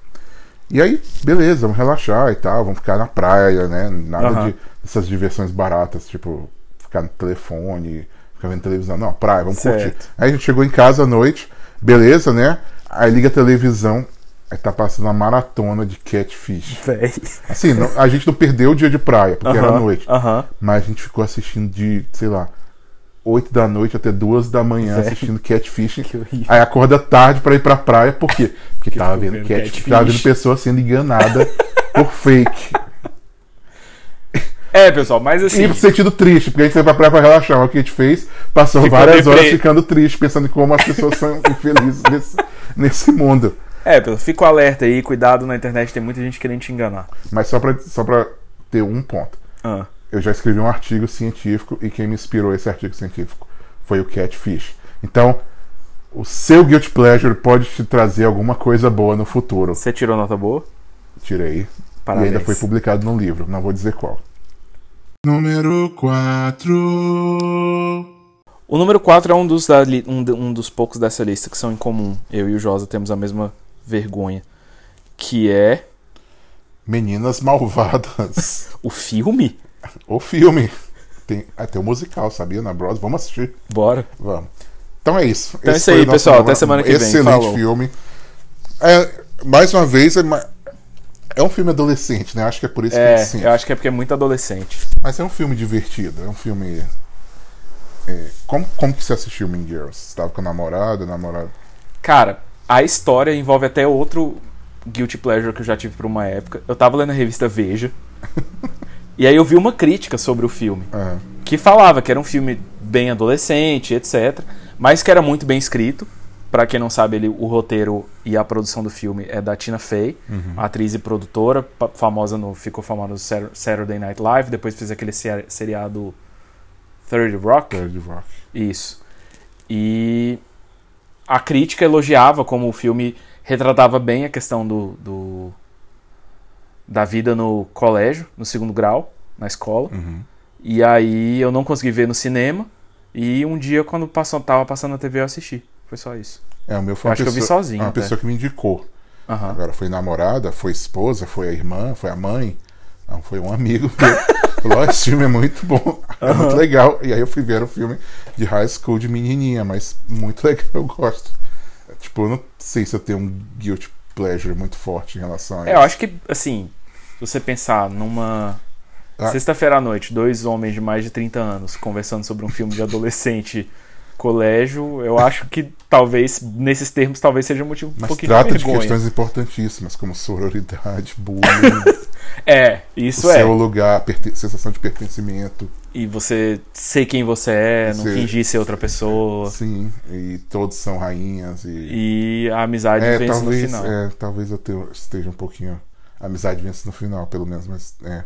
[SPEAKER 1] E aí, beleza, vamos relaxar e tal, vamos ficar na praia, né? Nada
[SPEAKER 2] Aham.
[SPEAKER 1] de, dessas diversões baratas, tipo, ficar no telefone, ficar vendo televisão. Não, praia, vamos curtir.
[SPEAKER 2] Certo.
[SPEAKER 1] Aí a gente chegou em casa à noite, beleza, né? Aí liga a televisão, aí tá passando uma maratona de catfish.
[SPEAKER 2] Véi.
[SPEAKER 1] Assim, não- a gente não perdeu o dia de praia, porque era à
[SPEAKER 2] Aham,
[SPEAKER 1] noite.
[SPEAKER 2] Aham.
[SPEAKER 1] Mas a gente ficou assistindo de, sei lá, 8 da noite até 2 da manhã
[SPEAKER 2] Velho.
[SPEAKER 1] assistindo Catfish.
[SPEAKER 2] Que horrível.
[SPEAKER 1] Aí acorda tarde pra ir pra praia, por quê? Porque tava
[SPEAKER 2] ficou
[SPEAKER 1] vendo
[SPEAKER 2] vendo
[SPEAKER 1] Catfish,
[SPEAKER 2] Catfish.
[SPEAKER 1] tava vendo pessoas sendo enganadas por fake.
[SPEAKER 2] É, pessoal, mas
[SPEAKER 1] E
[SPEAKER 2] assim.
[SPEAKER 1] pro sentido triste, porque a gente foi pra praia pra relaxar. Mas o que a gente fez? Passou
[SPEAKER 2] Ficou
[SPEAKER 1] várias
[SPEAKER 2] deprê.
[SPEAKER 1] horas ficando triste, pensando em como as pessoas são infelizes nesse, nesse mundo.
[SPEAKER 2] É, pessoal, fico alerta aí, cuidado na internet, tem muita gente querendo te enganar.
[SPEAKER 1] Mas só pra, só pra ter um ponto.
[SPEAKER 2] Ah.
[SPEAKER 1] eu já escrevi um artigo científico e quem me inspirou esse artigo científico foi o Catfish. Então, o seu guilty pleasure pode te trazer alguma coisa boa no futuro.
[SPEAKER 2] Você tirou nota boa?
[SPEAKER 1] Tirei.
[SPEAKER 2] Parabéns.
[SPEAKER 1] E ainda foi publicado num livro, não vou dizer qual.
[SPEAKER 3] Número 4.
[SPEAKER 2] O número 4 é um dos, da li- um, de- um dos poucos dessa lista que são em comum. Eu e o Josa temos a mesma vergonha. Que é
[SPEAKER 1] Meninas Malvadas.
[SPEAKER 2] o filme?
[SPEAKER 1] o filme. Tem até o musical, sabia? Na Bros. Vamos assistir.
[SPEAKER 2] Bora.
[SPEAKER 1] Vamos. Então é isso.
[SPEAKER 2] Então é isso
[SPEAKER 1] foi
[SPEAKER 2] aí,
[SPEAKER 1] o nosso
[SPEAKER 2] pessoal.
[SPEAKER 1] nova-
[SPEAKER 2] Até semana que vem.
[SPEAKER 1] Excelente
[SPEAKER 2] Falou.
[SPEAKER 1] filme. É, mais uma vez, é, ma- é um filme adolescente, né? Acho que é por isso que
[SPEAKER 2] É,
[SPEAKER 1] ele sim.
[SPEAKER 2] eu acho que é porque é muito adolescente.
[SPEAKER 1] Mas é um filme divertido, é um filme. é, como, como que você assistiu Mean Girls? Você tava com a namorada, namorado.
[SPEAKER 2] Cara, a história envolve até outro guilty pleasure que eu já tive por uma época. Eu tava lendo a revista Veja. e aí eu vi uma crítica sobre o filme.
[SPEAKER 1] É.
[SPEAKER 2] Que falava que era um filme bem adolescente, etc. Mas que era muito bem escrito. Pra quem não sabe, ele, o roteiro e a produção do filme é da Tina Fey, atriz e produtora, pa- famosa no ficou famosa no Sar- Saturday Night Live, depois fez aquele ser- seriado 30 Rock.
[SPEAKER 1] Third Rock.
[SPEAKER 2] Isso. E a crítica elogiava como o filme retratava bem a questão do, do- da vida no colégio, no segundo grau, na escola. E aí eu não consegui ver no cinema. E um dia, quando passou, tava passando na TV, eu assisti. Foi só isso.
[SPEAKER 1] É, o meu foi
[SPEAKER 2] Eu
[SPEAKER 1] uma
[SPEAKER 2] acho que eu vi
[SPEAKER 1] pessoa-
[SPEAKER 2] sozinho,
[SPEAKER 1] Uma
[SPEAKER 2] até.
[SPEAKER 1] pessoa que me indicou.
[SPEAKER 2] Aham.
[SPEAKER 1] Agora foi namorada, foi esposa, foi a irmã, foi a mãe. Não, foi um amigo meu. Falou, "Ó, esse filme é muito bom, é muito legal. E aí eu fui ver o filme de high school de menininha, mas muito legal, eu gosto. Tipo, eu não sei se eu tenho um guilty pleasure muito forte em relação a
[SPEAKER 2] É,
[SPEAKER 1] isso.
[SPEAKER 2] eu acho que, assim, se você pensar numa.
[SPEAKER 1] Ah.
[SPEAKER 2] Sexta-feira à noite, dois homens de mais de 30 anos conversando sobre um filme de adolescente colégio, eu acho que talvez, nesses termos, talvez seja um motivo um
[SPEAKER 1] Mas
[SPEAKER 2] pouquinho
[SPEAKER 1] trata de,
[SPEAKER 2] de vergonha.
[SPEAKER 1] questões importantíssimas, como sororidade, bullying,
[SPEAKER 2] É,
[SPEAKER 1] o
[SPEAKER 2] isso é.
[SPEAKER 1] seu lugar, perte- sensação de pertencimento,
[SPEAKER 2] E você ser quem você é, não
[SPEAKER 1] Você-
[SPEAKER 2] fingir ser outra pessoa.
[SPEAKER 1] sim, e todos são rainhas e,
[SPEAKER 2] E a amizade
[SPEAKER 1] é,
[SPEAKER 2] vence no
[SPEAKER 1] talvez,
[SPEAKER 2] final.
[SPEAKER 1] é, talvez eu tenha- esteja um pouquinho a amizade vence no final, pelo menos, mas é.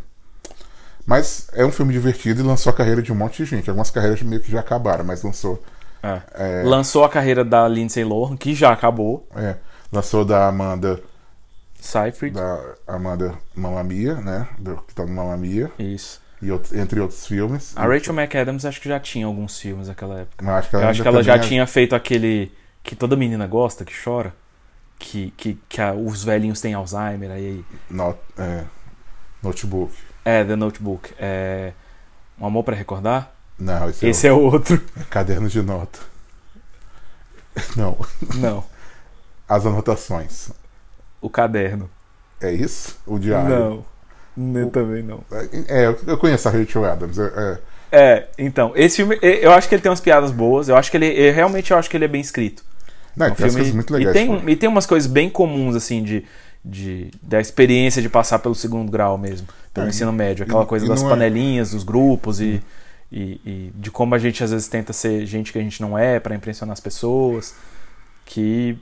[SPEAKER 1] Mas é um filme divertido e lançou a carreira de um monte de gente. Algumas carreiras meio que já acabaram, mas lançou
[SPEAKER 2] É. Lançou a carreira da Lindsay Lohan, que já acabou,
[SPEAKER 1] é, lançou da Amanda,
[SPEAKER 2] Seyfried.
[SPEAKER 1] da Amanda Mamma Mia, né, do- que tá no Mamma Mia,
[SPEAKER 2] Isso.
[SPEAKER 1] e outros- entre outros filmes.
[SPEAKER 2] A Rachel McAdams acho que já tinha alguns filmes naquela época.
[SPEAKER 1] Mas acho que
[SPEAKER 2] Eu acho
[SPEAKER 1] ainda
[SPEAKER 2] que ela já
[SPEAKER 1] também é-
[SPEAKER 2] tinha feito aquele que toda menina gosta, que chora. Que, que, que a- os velhinhos têm Alzheimer, aí.
[SPEAKER 1] Not- é, notebook.
[SPEAKER 2] É, The Notebook. É. Um amor pra recordar?
[SPEAKER 1] Não, esse,
[SPEAKER 2] Esse
[SPEAKER 1] é,
[SPEAKER 2] é outro.
[SPEAKER 1] o caderno de nota. Não,
[SPEAKER 2] Não.
[SPEAKER 1] as anotações.
[SPEAKER 2] O caderno.
[SPEAKER 1] É isso? O diário?
[SPEAKER 2] Não. Eu também não.
[SPEAKER 1] É, eu- eu conheço a Rachel Adams. é- é.
[SPEAKER 2] É, então, esse filme, e- eu acho que ele tem umas piadas boas, eu acho que ele, e realmente eu acho que ele é bem escrito.
[SPEAKER 1] Não,
[SPEAKER 2] É um
[SPEAKER 1] Ah, tem umas
[SPEAKER 2] filme-
[SPEAKER 1] coisas muito legais. tipo-
[SPEAKER 2] E tem, um- e tem umas coisas bem comuns, assim, de, de, da experiência de passar pelo segundo grau mesmo, pelo
[SPEAKER 1] É,
[SPEAKER 2] ensino médio. Aquela
[SPEAKER 1] e-
[SPEAKER 2] coisa
[SPEAKER 1] e
[SPEAKER 2] das
[SPEAKER 1] não é- Uhum.
[SPEAKER 2] panelinhas, dos grupos e, e, e de como a gente às vezes tenta ser gente que a gente não é pra impressionar as pessoas. Que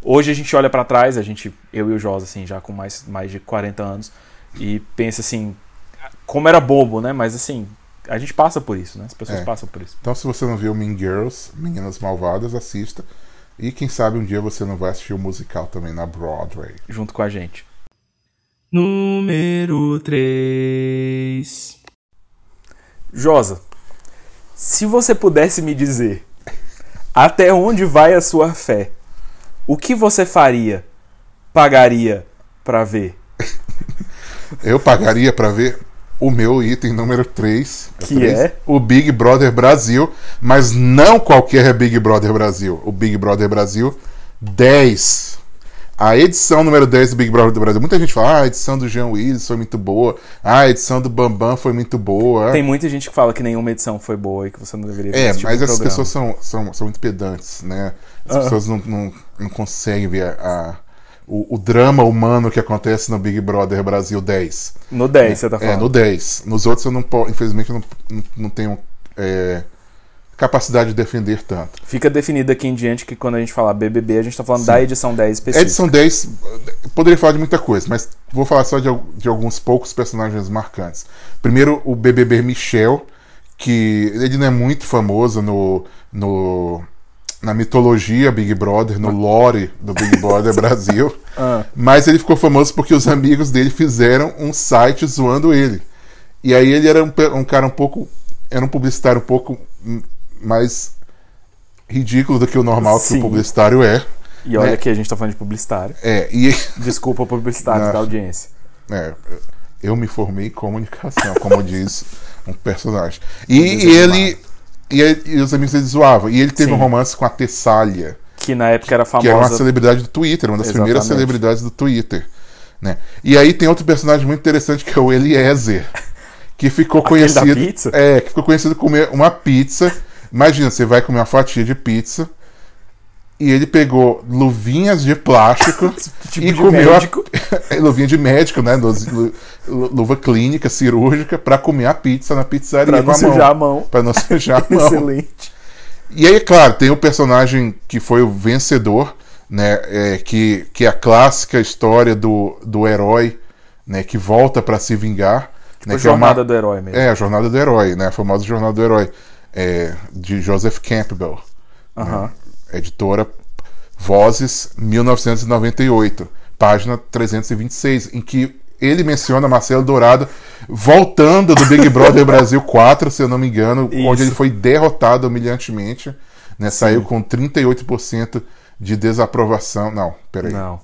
[SPEAKER 2] hoje a gente olha pra trás, a gente, eu e o Josa, assim, já com mais, mais de 40 anos, e pensa assim, como era bobo, né? Mas assim, a gente passa por isso, né? As pessoas
[SPEAKER 1] É.
[SPEAKER 2] passam por isso.
[SPEAKER 1] Então, se você não viu Mean Girls, Meninas Malvadas, assista. E quem sabe um dia você não vai assistir o musical também na Broadway.
[SPEAKER 2] junto com a gente.
[SPEAKER 4] Número 3.
[SPEAKER 2] Josa, se você pudesse me dizer até onde vai a sua fé, O que você faria? Pagaria pra ver?
[SPEAKER 1] Eu pagaria pra ver o meu item número 3.
[SPEAKER 2] Que é?
[SPEAKER 1] O Big Brother Brasil. Mas não qualquer Big Brother Brasil. O Big Brother Brasil 10. A edição número 10 do Big Brother Brasil. Muita gente fala, ah, a edição do Jean Willis foi muito boa. Ah, a edição do Bambam foi muito boa.
[SPEAKER 2] Tem muita gente que fala que nenhuma edição foi boa e que você não deveria ver
[SPEAKER 1] É,
[SPEAKER 2] esse tipo
[SPEAKER 1] mas
[SPEAKER 2] de Ah.
[SPEAKER 1] essas
[SPEAKER 2] programa.
[SPEAKER 1] pessoas são, são, são muito pedantes, né? As pessoas não, não, não conseguem ver a- a- o, o drama humano que acontece no Big Brother Brasil 10.
[SPEAKER 2] No 10, você tá
[SPEAKER 1] É, no
[SPEAKER 2] falando.
[SPEAKER 1] 10. Nos outros eu não posso, infelizmente, eu não, não- não tenho é, capacidade de defender tanto.
[SPEAKER 2] Fica definido aqui em diante que quando a gente falar BBB, a gente tá falando da edição 10 específica.
[SPEAKER 1] Edição 10, eu poderia falar de muita coisa, mas vou falar só de, al- de alguns poucos personagens marcantes. Primeiro, o BBB Michel, que ele não é muito famoso no, no- na mitologia Big Brother, no lore do Big Brother Brasil,
[SPEAKER 2] Ah.
[SPEAKER 1] mas ele ficou famoso porque os amigos dele fizeram um site zoando ele. E aí ele era um, pe- um cara um pouco. Era um publicitário um pouco hum, mais ridículo do que o normal que
[SPEAKER 2] Sim.
[SPEAKER 1] o publicitário é.
[SPEAKER 2] E olha
[SPEAKER 1] né?
[SPEAKER 2] que a gente tá falando de publicitário.
[SPEAKER 1] É, e
[SPEAKER 2] Desculpa o publicitário
[SPEAKER 1] Não.
[SPEAKER 2] da audiência.
[SPEAKER 1] É, eu me formei em comunicação, como diz um personagem. E
[SPEAKER 2] Desanimado.
[SPEAKER 1] ele. E, ele- e os amigos dele zoavam. E ele teve
[SPEAKER 2] Sim.
[SPEAKER 1] um romance com a Tessália,
[SPEAKER 2] Que na época era
[SPEAKER 1] que era uma
[SPEAKER 2] famosa.
[SPEAKER 1] celebridade do Twitter, uma das primeiras
[SPEAKER 2] Exatamente.
[SPEAKER 1] celebridades do Twitter. Né? E aí tem outro personagem muito interessante que é o Eliezer, que ficou
[SPEAKER 2] Aquele da
[SPEAKER 1] conhecido.
[SPEAKER 2] pizza?
[SPEAKER 1] É, que ficou conhecido por comer uma pizza. Imagina, você vai comer uma fatia de pizza. E ele pegou luvinhas de plástico
[SPEAKER 2] Tipo
[SPEAKER 1] e
[SPEAKER 2] de
[SPEAKER 1] comeu a- É,
[SPEAKER 2] médico.
[SPEAKER 1] luvinha de médico, né? Luz- lu- lu- luva clínica, cirúrgica, pra comer a pizza na pizzaria
[SPEAKER 2] Pra
[SPEAKER 1] com
[SPEAKER 2] não
[SPEAKER 1] a é mão.
[SPEAKER 2] sujar a mão.
[SPEAKER 1] Pra não sujar a mão.
[SPEAKER 2] Excelente.
[SPEAKER 1] E aí, claro, tem o personagem que foi o vencedor, né? é, que, que é a clássica história do, do herói, né? Que volta pra se vingar. Né, que é
[SPEAKER 2] Foi
[SPEAKER 1] uma-
[SPEAKER 2] Tipo jornada do herói mesmo.
[SPEAKER 1] é, a Jornada do Herói, né? A famosa Jornada do Herói, é, de Joseph Campbell. né?
[SPEAKER 2] Aham.
[SPEAKER 1] Editora Vozes, 1998, página 326, em que ele menciona Marcelo Dourado voltando do Big Brother Brasil 4, se eu não me engano, onde
[SPEAKER 2] Isso.
[SPEAKER 1] ele foi derrotado humilhantemente, né? Saiu com 38% de desaprovação. Não, peraí.
[SPEAKER 2] Não.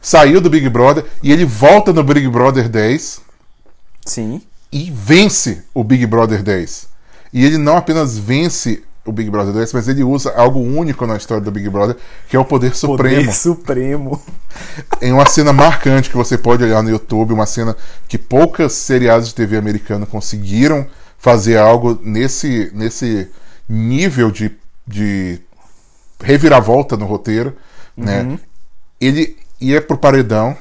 [SPEAKER 1] Saiu do Big Brother e ele volta no Big Brother 10
[SPEAKER 2] Sim.
[SPEAKER 1] e vence o Big Brother 10. E ele não apenas vence o Big Brother 10, mas ele usa algo único na história do Big Brother, que é o poder supremo.
[SPEAKER 2] Poder Supremo.
[SPEAKER 1] Em uma cena marcante que você pode olhar no YouTube, uma cena que poucas seriados de TV americano conseguiram fazer algo nesse, nesse nível de, de reviravolta no roteiro,
[SPEAKER 2] Uhum.
[SPEAKER 1] né? Ele ia pro paredão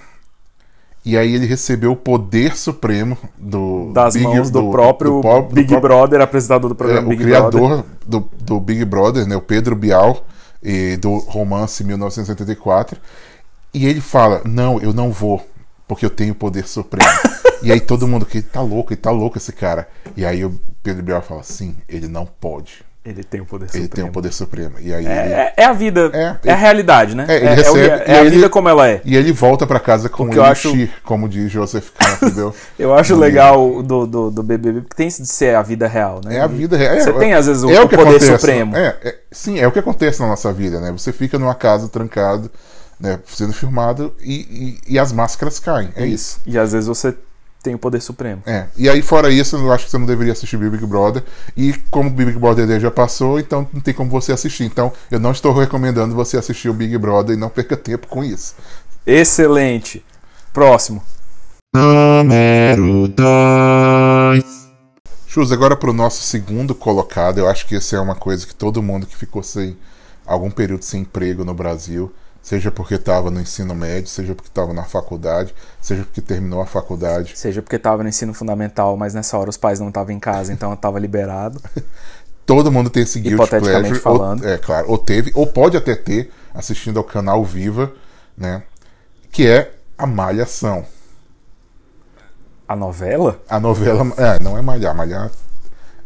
[SPEAKER 1] e aí ele recebeu o poder supremo do
[SPEAKER 2] Das
[SPEAKER 1] Big-
[SPEAKER 2] mãos do,
[SPEAKER 1] do-
[SPEAKER 2] próprio
[SPEAKER 1] do pró- do
[SPEAKER 2] Big
[SPEAKER 1] próprio-
[SPEAKER 2] Brother, apresentador do
[SPEAKER 1] é,
[SPEAKER 2] programa
[SPEAKER 1] o
[SPEAKER 2] Big Brother.
[SPEAKER 1] criador do, do Big Brother, né, o Pedro Bial, e do romance 1974. E ele fala: Não, eu não vou, porque eu tenho poder supremo. e aí todo mundo que tá louco, ele tá louco esse cara. E aí o Pedro Bial fala: Sim, ele não pode.
[SPEAKER 2] Ele tem o poder
[SPEAKER 1] Ele
[SPEAKER 2] supremo.
[SPEAKER 1] tem o poder supremo. E aí ele,
[SPEAKER 2] É, é a vida.
[SPEAKER 1] É,
[SPEAKER 2] É,
[SPEAKER 1] ele-
[SPEAKER 2] a realidade, né?
[SPEAKER 1] É, ele
[SPEAKER 2] o-
[SPEAKER 1] recebe-
[SPEAKER 2] é a
[SPEAKER 1] e ele-
[SPEAKER 2] vida como ela é.
[SPEAKER 1] e ele volta pra casa com o
[SPEAKER 2] que eu acho-
[SPEAKER 1] como diz Joseph Campbell.
[SPEAKER 2] Eu acho legal do, do, do BBB, porque tem isso de ser a vida real, né?
[SPEAKER 1] É a vida real. É,
[SPEAKER 2] Você tem, às vezes, o-
[SPEAKER 1] é
[SPEAKER 2] o poder
[SPEAKER 1] acontece.
[SPEAKER 2] supremo.
[SPEAKER 1] É, é- sim, é o que acontece na nossa vida, né? Você fica numa casa trancado, né, sendo filmado e, e- e as máscaras caem. É isso.
[SPEAKER 2] E às vezes você tem o poder supremo.
[SPEAKER 1] É. E aí, fora isso, eu acho que você não deveria assistir Big Brother. E como Big Brother 10 já passou, então não tem como você assistir. Então, eu não estou recomendando você assistir o Big Brother e não perca tempo com isso.
[SPEAKER 2] Excelente. Próximo.
[SPEAKER 3] Número 2.
[SPEAKER 1] Chus, agora para o nosso segundo colocado, eu acho que essa é uma coisa que todo mundo que ficou sem algum período sem emprego no Brasil, seja porque estava no ensino médio, seja porque estava na faculdade, seja porque terminou a faculdade,
[SPEAKER 2] Seja porque tava no ensino fundamental, mas nessa hora os pais não estavam em casa, então eu tava liberado.
[SPEAKER 1] todo mundo tem esse guilt
[SPEAKER 2] Hipoteticamente
[SPEAKER 1] pleasure,
[SPEAKER 2] falando.
[SPEAKER 1] Ou, é claro, ou teve, ou pode até ter assistindo ao canal Viva, né? Que é a malhação.
[SPEAKER 2] A novela?
[SPEAKER 1] A novela, é, não é malhar, malhar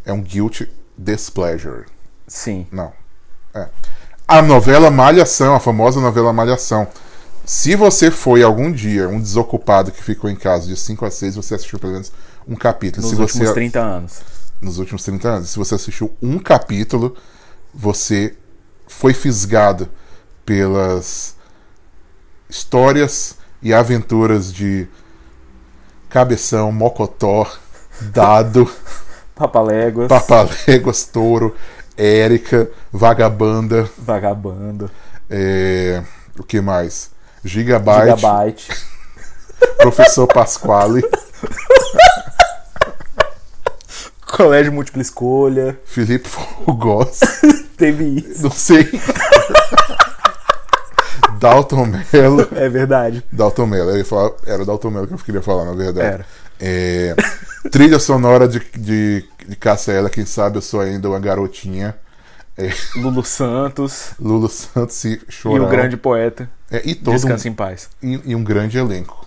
[SPEAKER 1] é um guilt displeasure.
[SPEAKER 2] Sim.
[SPEAKER 1] Não. É. A novela Malhação, a famosa novela Malhação. Se você foi algum dia um desocupado que ficou em casa de 5 a 6, você assistiu pelo menos um capítulo.
[SPEAKER 2] Nos
[SPEAKER 1] se você,
[SPEAKER 2] últimos 30 anos.
[SPEAKER 1] Nos últimos 30 anos. Se você assistiu um capítulo, você foi fisgado pelas Histórias e aventuras de Cabeção, Mocotó, Dado,
[SPEAKER 2] Papaléguas,
[SPEAKER 1] Papaléguas, Touro, Érica, Vagabanda,
[SPEAKER 2] Vagabando,
[SPEAKER 1] é, o que mais? Gigabyte,
[SPEAKER 2] Gigabyte,
[SPEAKER 1] Professor Pasquale,
[SPEAKER 2] Colégio Múltipla Escolha,
[SPEAKER 1] Felipe Fogos,
[SPEAKER 2] teve isso.
[SPEAKER 1] não sei. Dalton Mello.
[SPEAKER 2] É verdade.
[SPEAKER 1] Dalton Mello. Eu ia falar- era Dalton Mello que eu queria falar, na verdade.
[SPEAKER 2] Era.
[SPEAKER 1] É, trilha sonora de, de, de Caça a Ela, quem sabe eu sou ainda uma garotinha.
[SPEAKER 2] Lulu Santos
[SPEAKER 1] Lulu Santos e
[SPEAKER 2] e
[SPEAKER 1] Chorão.
[SPEAKER 2] o grande assim. poeta.
[SPEAKER 1] É, e, todo um,
[SPEAKER 2] Descanse em paz.
[SPEAKER 1] e, e um grande elenco.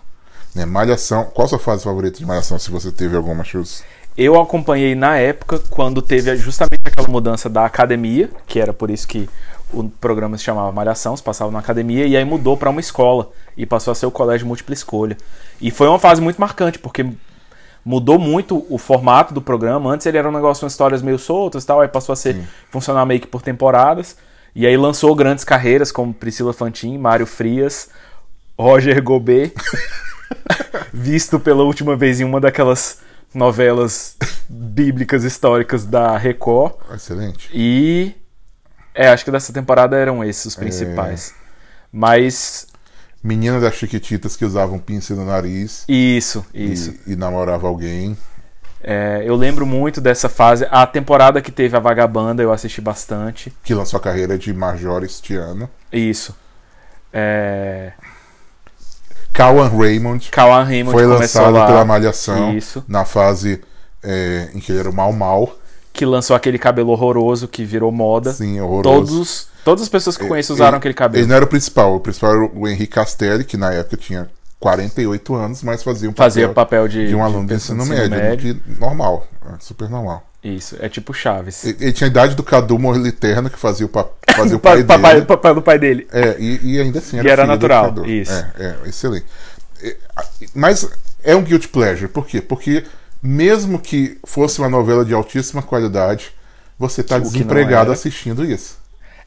[SPEAKER 1] Né, Malhação. Qual a sua fase favorita de Malhação, se você teve alguma, Chus?
[SPEAKER 2] Eu acompanhei na época quando teve a- justamente aquela mudança da academia, que era por isso que o programa se chamava Malhação, se passava na academia, e aí mudou pra uma escola e passou a ser o colégio múltipla escolha. E foi uma fase muito marcante, porque mudou muito o formato do programa. Antes ele era um negócio, umas histórias meio soltas e tal, aí passou a ser funcionar meio que por temporadas. E aí lançou grandes carreiras como Priscila Fantin, Mário Frias, Roger Gobet, visto pela última vez em uma daquelas novelas bíblicas históricas da Record.
[SPEAKER 1] Excelente.
[SPEAKER 2] E. É, acho que dessa temporada eram esses os principais. Mas.
[SPEAKER 1] Menina das Chiquititas que usavam pincel no nariz
[SPEAKER 2] Isso,
[SPEAKER 1] e-
[SPEAKER 2] isso.
[SPEAKER 1] e namorava alguém.
[SPEAKER 2] É, eu lembro muito dessa fase. A temporada que teve a Vagabanda eu assisti bastante.
[SPEAKER 1] que lançou a carreira de Major este ano.
[SPEAKER 2] Isso. É,
[SPEAKER 1] Cowan Raymond
[SPEAKER 2] Cauã Raymond
[SPEAKER 1] foi
[SPEAKER 2] começou
[SPEAKER 1] lançado
[SPEAKER 2] lá,
[SPEAKER 1] pela Malhação
[SPEAKER 2] Isso.
[SPEAKER 1] na fase é, em que ele era o mal mal.
[SPEAKER 2] que lançou aquele cabelo horroroso que virou moda.
[SPEAKER 1] Sim, horroroso.
[SPEAKER 2] Todos, todas as pessoas que eu conheço usaram
[SPEAKER 1] Ele-
[SPEAKER 2] aquele
[SPEAKER 1] Ele
[SPEAKER 2] cabelo.
[SPEAKER 1] não é era o principal, o principal era o Henrique Castelli, que na época tinha 48 anos, mas fazia um
[SPEAKER 2] Fazia papel de, assim,
[SPEAKER 1] de um aluno do
[SPEAKER 2] pessoa
[SPEAKER 1] ensino médio, de normal, é, super normal.
[SPEAKER 2] Isso, é tipo Chaves.
[SPEAKER 1] Ele, ele tinha a idade do Cadu Moliterno, que fazia o, pa fazia o
[SPEAKER 2] Pa-
[SPEAKER 1] pai
[SPEAKER 2] papai-
[SPEAKER 1] dele.
[SPEAKER 2] papai do pai dele.
[SPEAKER 1] É, e, e ainda assim era,
[SPEAKER 2] E era
[SPEAKER 1] filho do
[SPEAKER 2] natural,
[SPEAKER 1] criador.
[SPEAKER 2] isso.
[SPEAKER 1] É, é, excelente. É, a- Mas é um guilty pleasure, por quê? Porque mesmo que fosse uma novela de altíssima qualidade, você tá
[SPEAKER 2] que não
[SPEAKER 1] desempregado
[SPEAKER 2] era.
[SPEAKER 1] assistindo isso.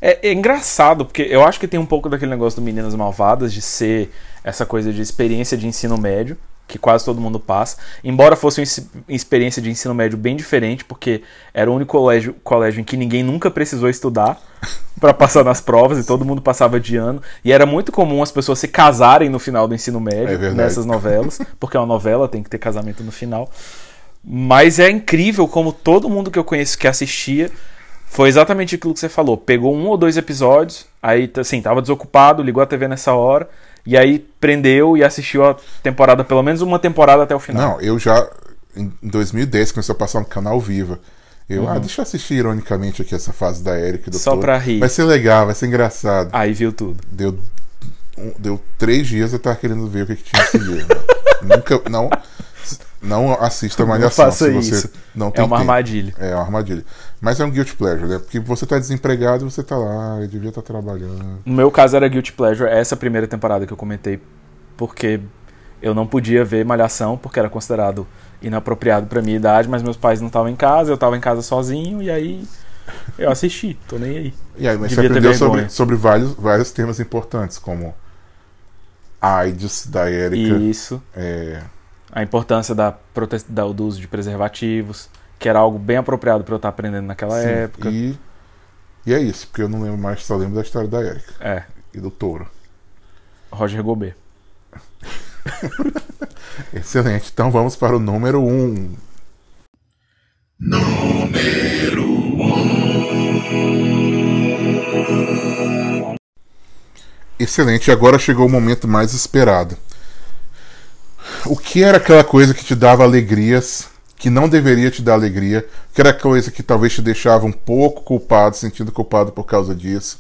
[SPEAKER 2] É, é engraçado, porque eu acho que tem um pouco daquele negócio do Meninas Malvadas, de ser essa coisa de experiência de ensino médio, que quase todo mundo passa. Embora fosse uma ens- experiência de ensino médio bem diferente, porque era o único colégio, colégio em que ninguém nunca precisou estudar pra passar nas provas, e todo mundo passava de ano. E era muito comum as pessoas se casarem no final do ensino médio,
[SPEAKER 1] É verdade.
[SPEAKER 2] nessas novelas, porque é uma novela, tem que ter casamento no final. Mas é incrível como todo mundo que eu conheço que assistia foi exatamente aquilo que você falou. Pegou um ou dois episódios, aí t- assim, tava desocupado, ligou a TV nessa hora, e aí prendeu e assistiu a temporada, pelo menos uma temporada até o final.
[SPEAKER 1] Não, eu já, em 2010, começou a passar no canal Viva. Eu, ah, deixa eu assistir ironicamente aqui essa fase da Erika e do
[SPEAKER 2] Uhum. Só
[SPEAKER 1] Toro.
[SPEAKER 2] pra rir.
[SPEAKER 1] Vai ser legal, vai ser engraçado.
[SPEAKER 2] Aí viu tudo. É
[SPEAKER 1] Deu, um- deu três dias eu tava querendo ver o que, que tinha a seguir. né? Nunca. Não, não assista a Malhação
[SPEAKER 2] faça
[SPEAKER 1] se você
[SPEAKER 2] isso.
[SPEAKER 1] não
[SPEAKER 2] É
[SPEAKER 1] tem
[SPEAKER 2] uma
[SPEAKER 1] tempo.
[SPEAKER 2] armadilha.
[SPEAKER 1] É uma armadilha. Mas é um guilty pleasure, né? Porque você tá desempregado e você tá lá, eu devia estar trabalhando.
[SPEAKER 2] No meu caso era Guilty Pleasure, essa primeira temporada que eu comentei, porque eu não podia ver Malhação, porque era considerado inapropriado pra minha idade, mas meus pais não estavam em casa, eu tava em casa sozinho, e aí eu assisti, tô nem aí.
[SPEAKER 1] E aí, mas
[SPEAKER 2] Devia ter
[SPEAKER 1] você aprendeu
[SPEAKER 2] vergonha.
[SPEAKER 1] sobre, sobre vários, vários temas importantes, como AIDS da Erika.
[SPEAKER 2] Isso.
[SPEAKER 1] é,
[SPEAKER 2] a importância da prote... da- do uso de preservativos, que era algo bem apropriado pra eu estar aprendendo naquela
[SPEAKER 1] sim,
[SPEAKER 2] época.
[SPEAKER 1] E, e é isso, porque eu não lembro mais, só lembro da história da Erika
[SPEAKER 2] É,
[SPEAKER 1] e do touro.
[SPEAKER 2] Roger Gobet.
[SPEAKER 1] Excelente. Então vamos para o número 1. Um. Excelente, agora chegou o momento mais esperado. O que era aquela coisa que te dava alegrias, que não deveria te dar alegria, o que era coisa que talvez te deixava um pouco culpado, sentindo culpado por causa disso,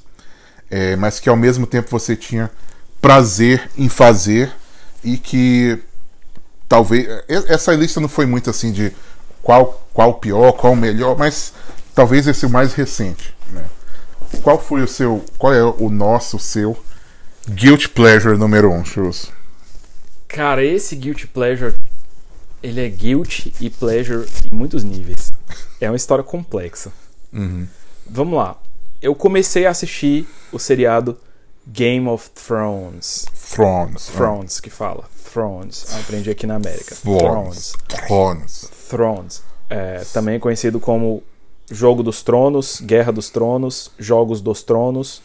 [SPEAKER 1] é, mas que ao mesmo tempo você tinha prazer em fazer e que talvez e- essa lista não foi muito assim de qual qual o pior, qual o melhor, mas talvez esse o mais recente, né? Qual foi o seu, qual é o nosso, o seu guilt pleasure número um, Chus?
[SPEAKER 2] Cara, esse Guilty Pleasure, ele é guilty e pleasure em muitos níveis. É uma história
[SPEAKER 1] Uhum.
[SPEAKER 2] complexa. Vamos lá. Eu comecei a assistir o seriado Game of Thrones.
[SPEAKER 1] Thrones.
[SPEAKER 2] Thrones que fala. Thrones. Ah, aprendi aqui na América.
[SPEAKER 1] Thrones. Thrones.
[SPEAKER 2] Thrones. É, também conhecido como Jogo dos Tronos, Guerra dos Tronos, Jogos dos Tronos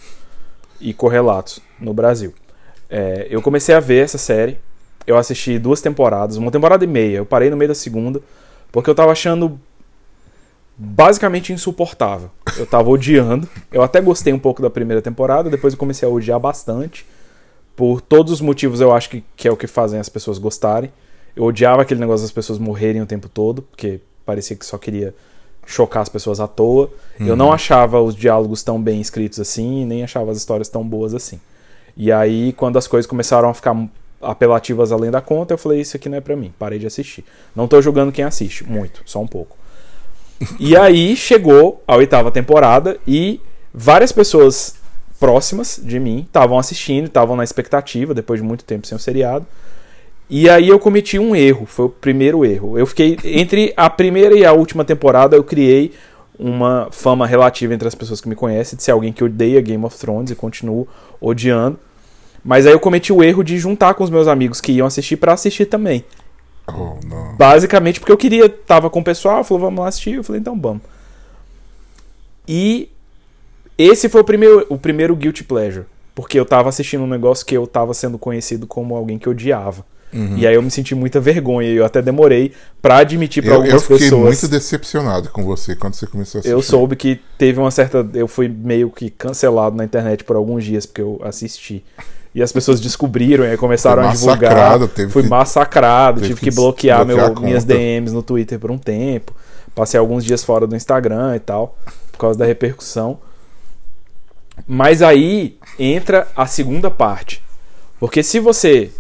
[SPEAKER 2] e correlatos no Brasil. É, eu comecei a ver essa série. Eu assisti duas temporadas, uma temporada e meia. Eu parei no meio da segunda porque eu tava achando basicamente insuportável. Eu tava odiando. Eu até gostei um pouco da primeira temporada, depois eu comecei a odiar bastante. Por todos os motivos eu acho que, que é o que fazem as pessoas gostarem. Eu odiava aquele negócio das pessoas morrerem o tempo todo, porque parecia que só queria chocar as pessoas à toa. Eu não achava os diálogos tão bem escritos assim, nem achava as histórias tão boas assim. E aí, quando as coisas começaram a ficar apelativas além da conta, eu falei, isso aqui não é pra mim, parei de assistir. Não tô julgando quem assiste, muito, só um pouco. E aí chegou a oitava temporada e várias pessoas próximas de mim estavam assistindo, estavam na expectativa, depois de muito tempo sem o seriado. E aí eu cometi um erro, foi o primeiro erro. Eu fiquei entre a primeira e a última temporada, eu criei uma fama relativa entre as pessoas que me conhecem de ser alguém que odeia Game of Thrones e continuo odiando. Mas aí eu cometi o erro de juntar com os meus amigos que iam assistir pra assistir também.
[SPEAKER 1] Oh, não.
[SPEAKER 2] Basicamente porque eu queria, tava com o pessoal, falou, vamos lá assistir. Eu falei, então vamos. E esse foi o primeiro, o primeiro Guilty Pleasure. Porque eu tava assistindo um negócio que eu tava sendo conhecido como alguém que odiava.
[SPEAKER 1] Uhum.
[SPEAKER 2] E aí eu me senti muita vergonha. E eu até demorei pra admitir pra
[SPEAKER 1] Eu, eu
[SPEAKER 2] algumas
[SPEAKER 1] fiquei
[SPEAKER 2] pessoas.
[SPEAKER 1] muito decepcionado com você quando você começou a assistir.
[SPEAKER 2] Eu soube que teve uma certa. Eu fui meio que cancelado na internet por alguns dias, porque eu assisti. E as pessoas descobriram e aí começaram
[SPEAKER 1] Foi
[SPEAKER 2] a divulgar.
[SPEAKER 1] massacrado, teve
[SPEAKER 2] Fui
[SPEAKER 1] que-
[SPEAKER 2] massacrado,
[SPEAKER 1] teve
[SPEAKER 2] tive
[SPEAKER 1] que
[SPEAKER 2] que bloquear,
[SPEAKER 1] desbloquear
[SPEAKER 2] meu-
[SPEAKER 1] a
[SPEAKER 2] minhas
[SPEAKER 1] conta.
[SPEAKER 2] DMs no Twitter por um tempo. Passei alguns dias fora do Instagram e tal, por causa da repercussão. Mas aí entra a segunda parte. Porque se você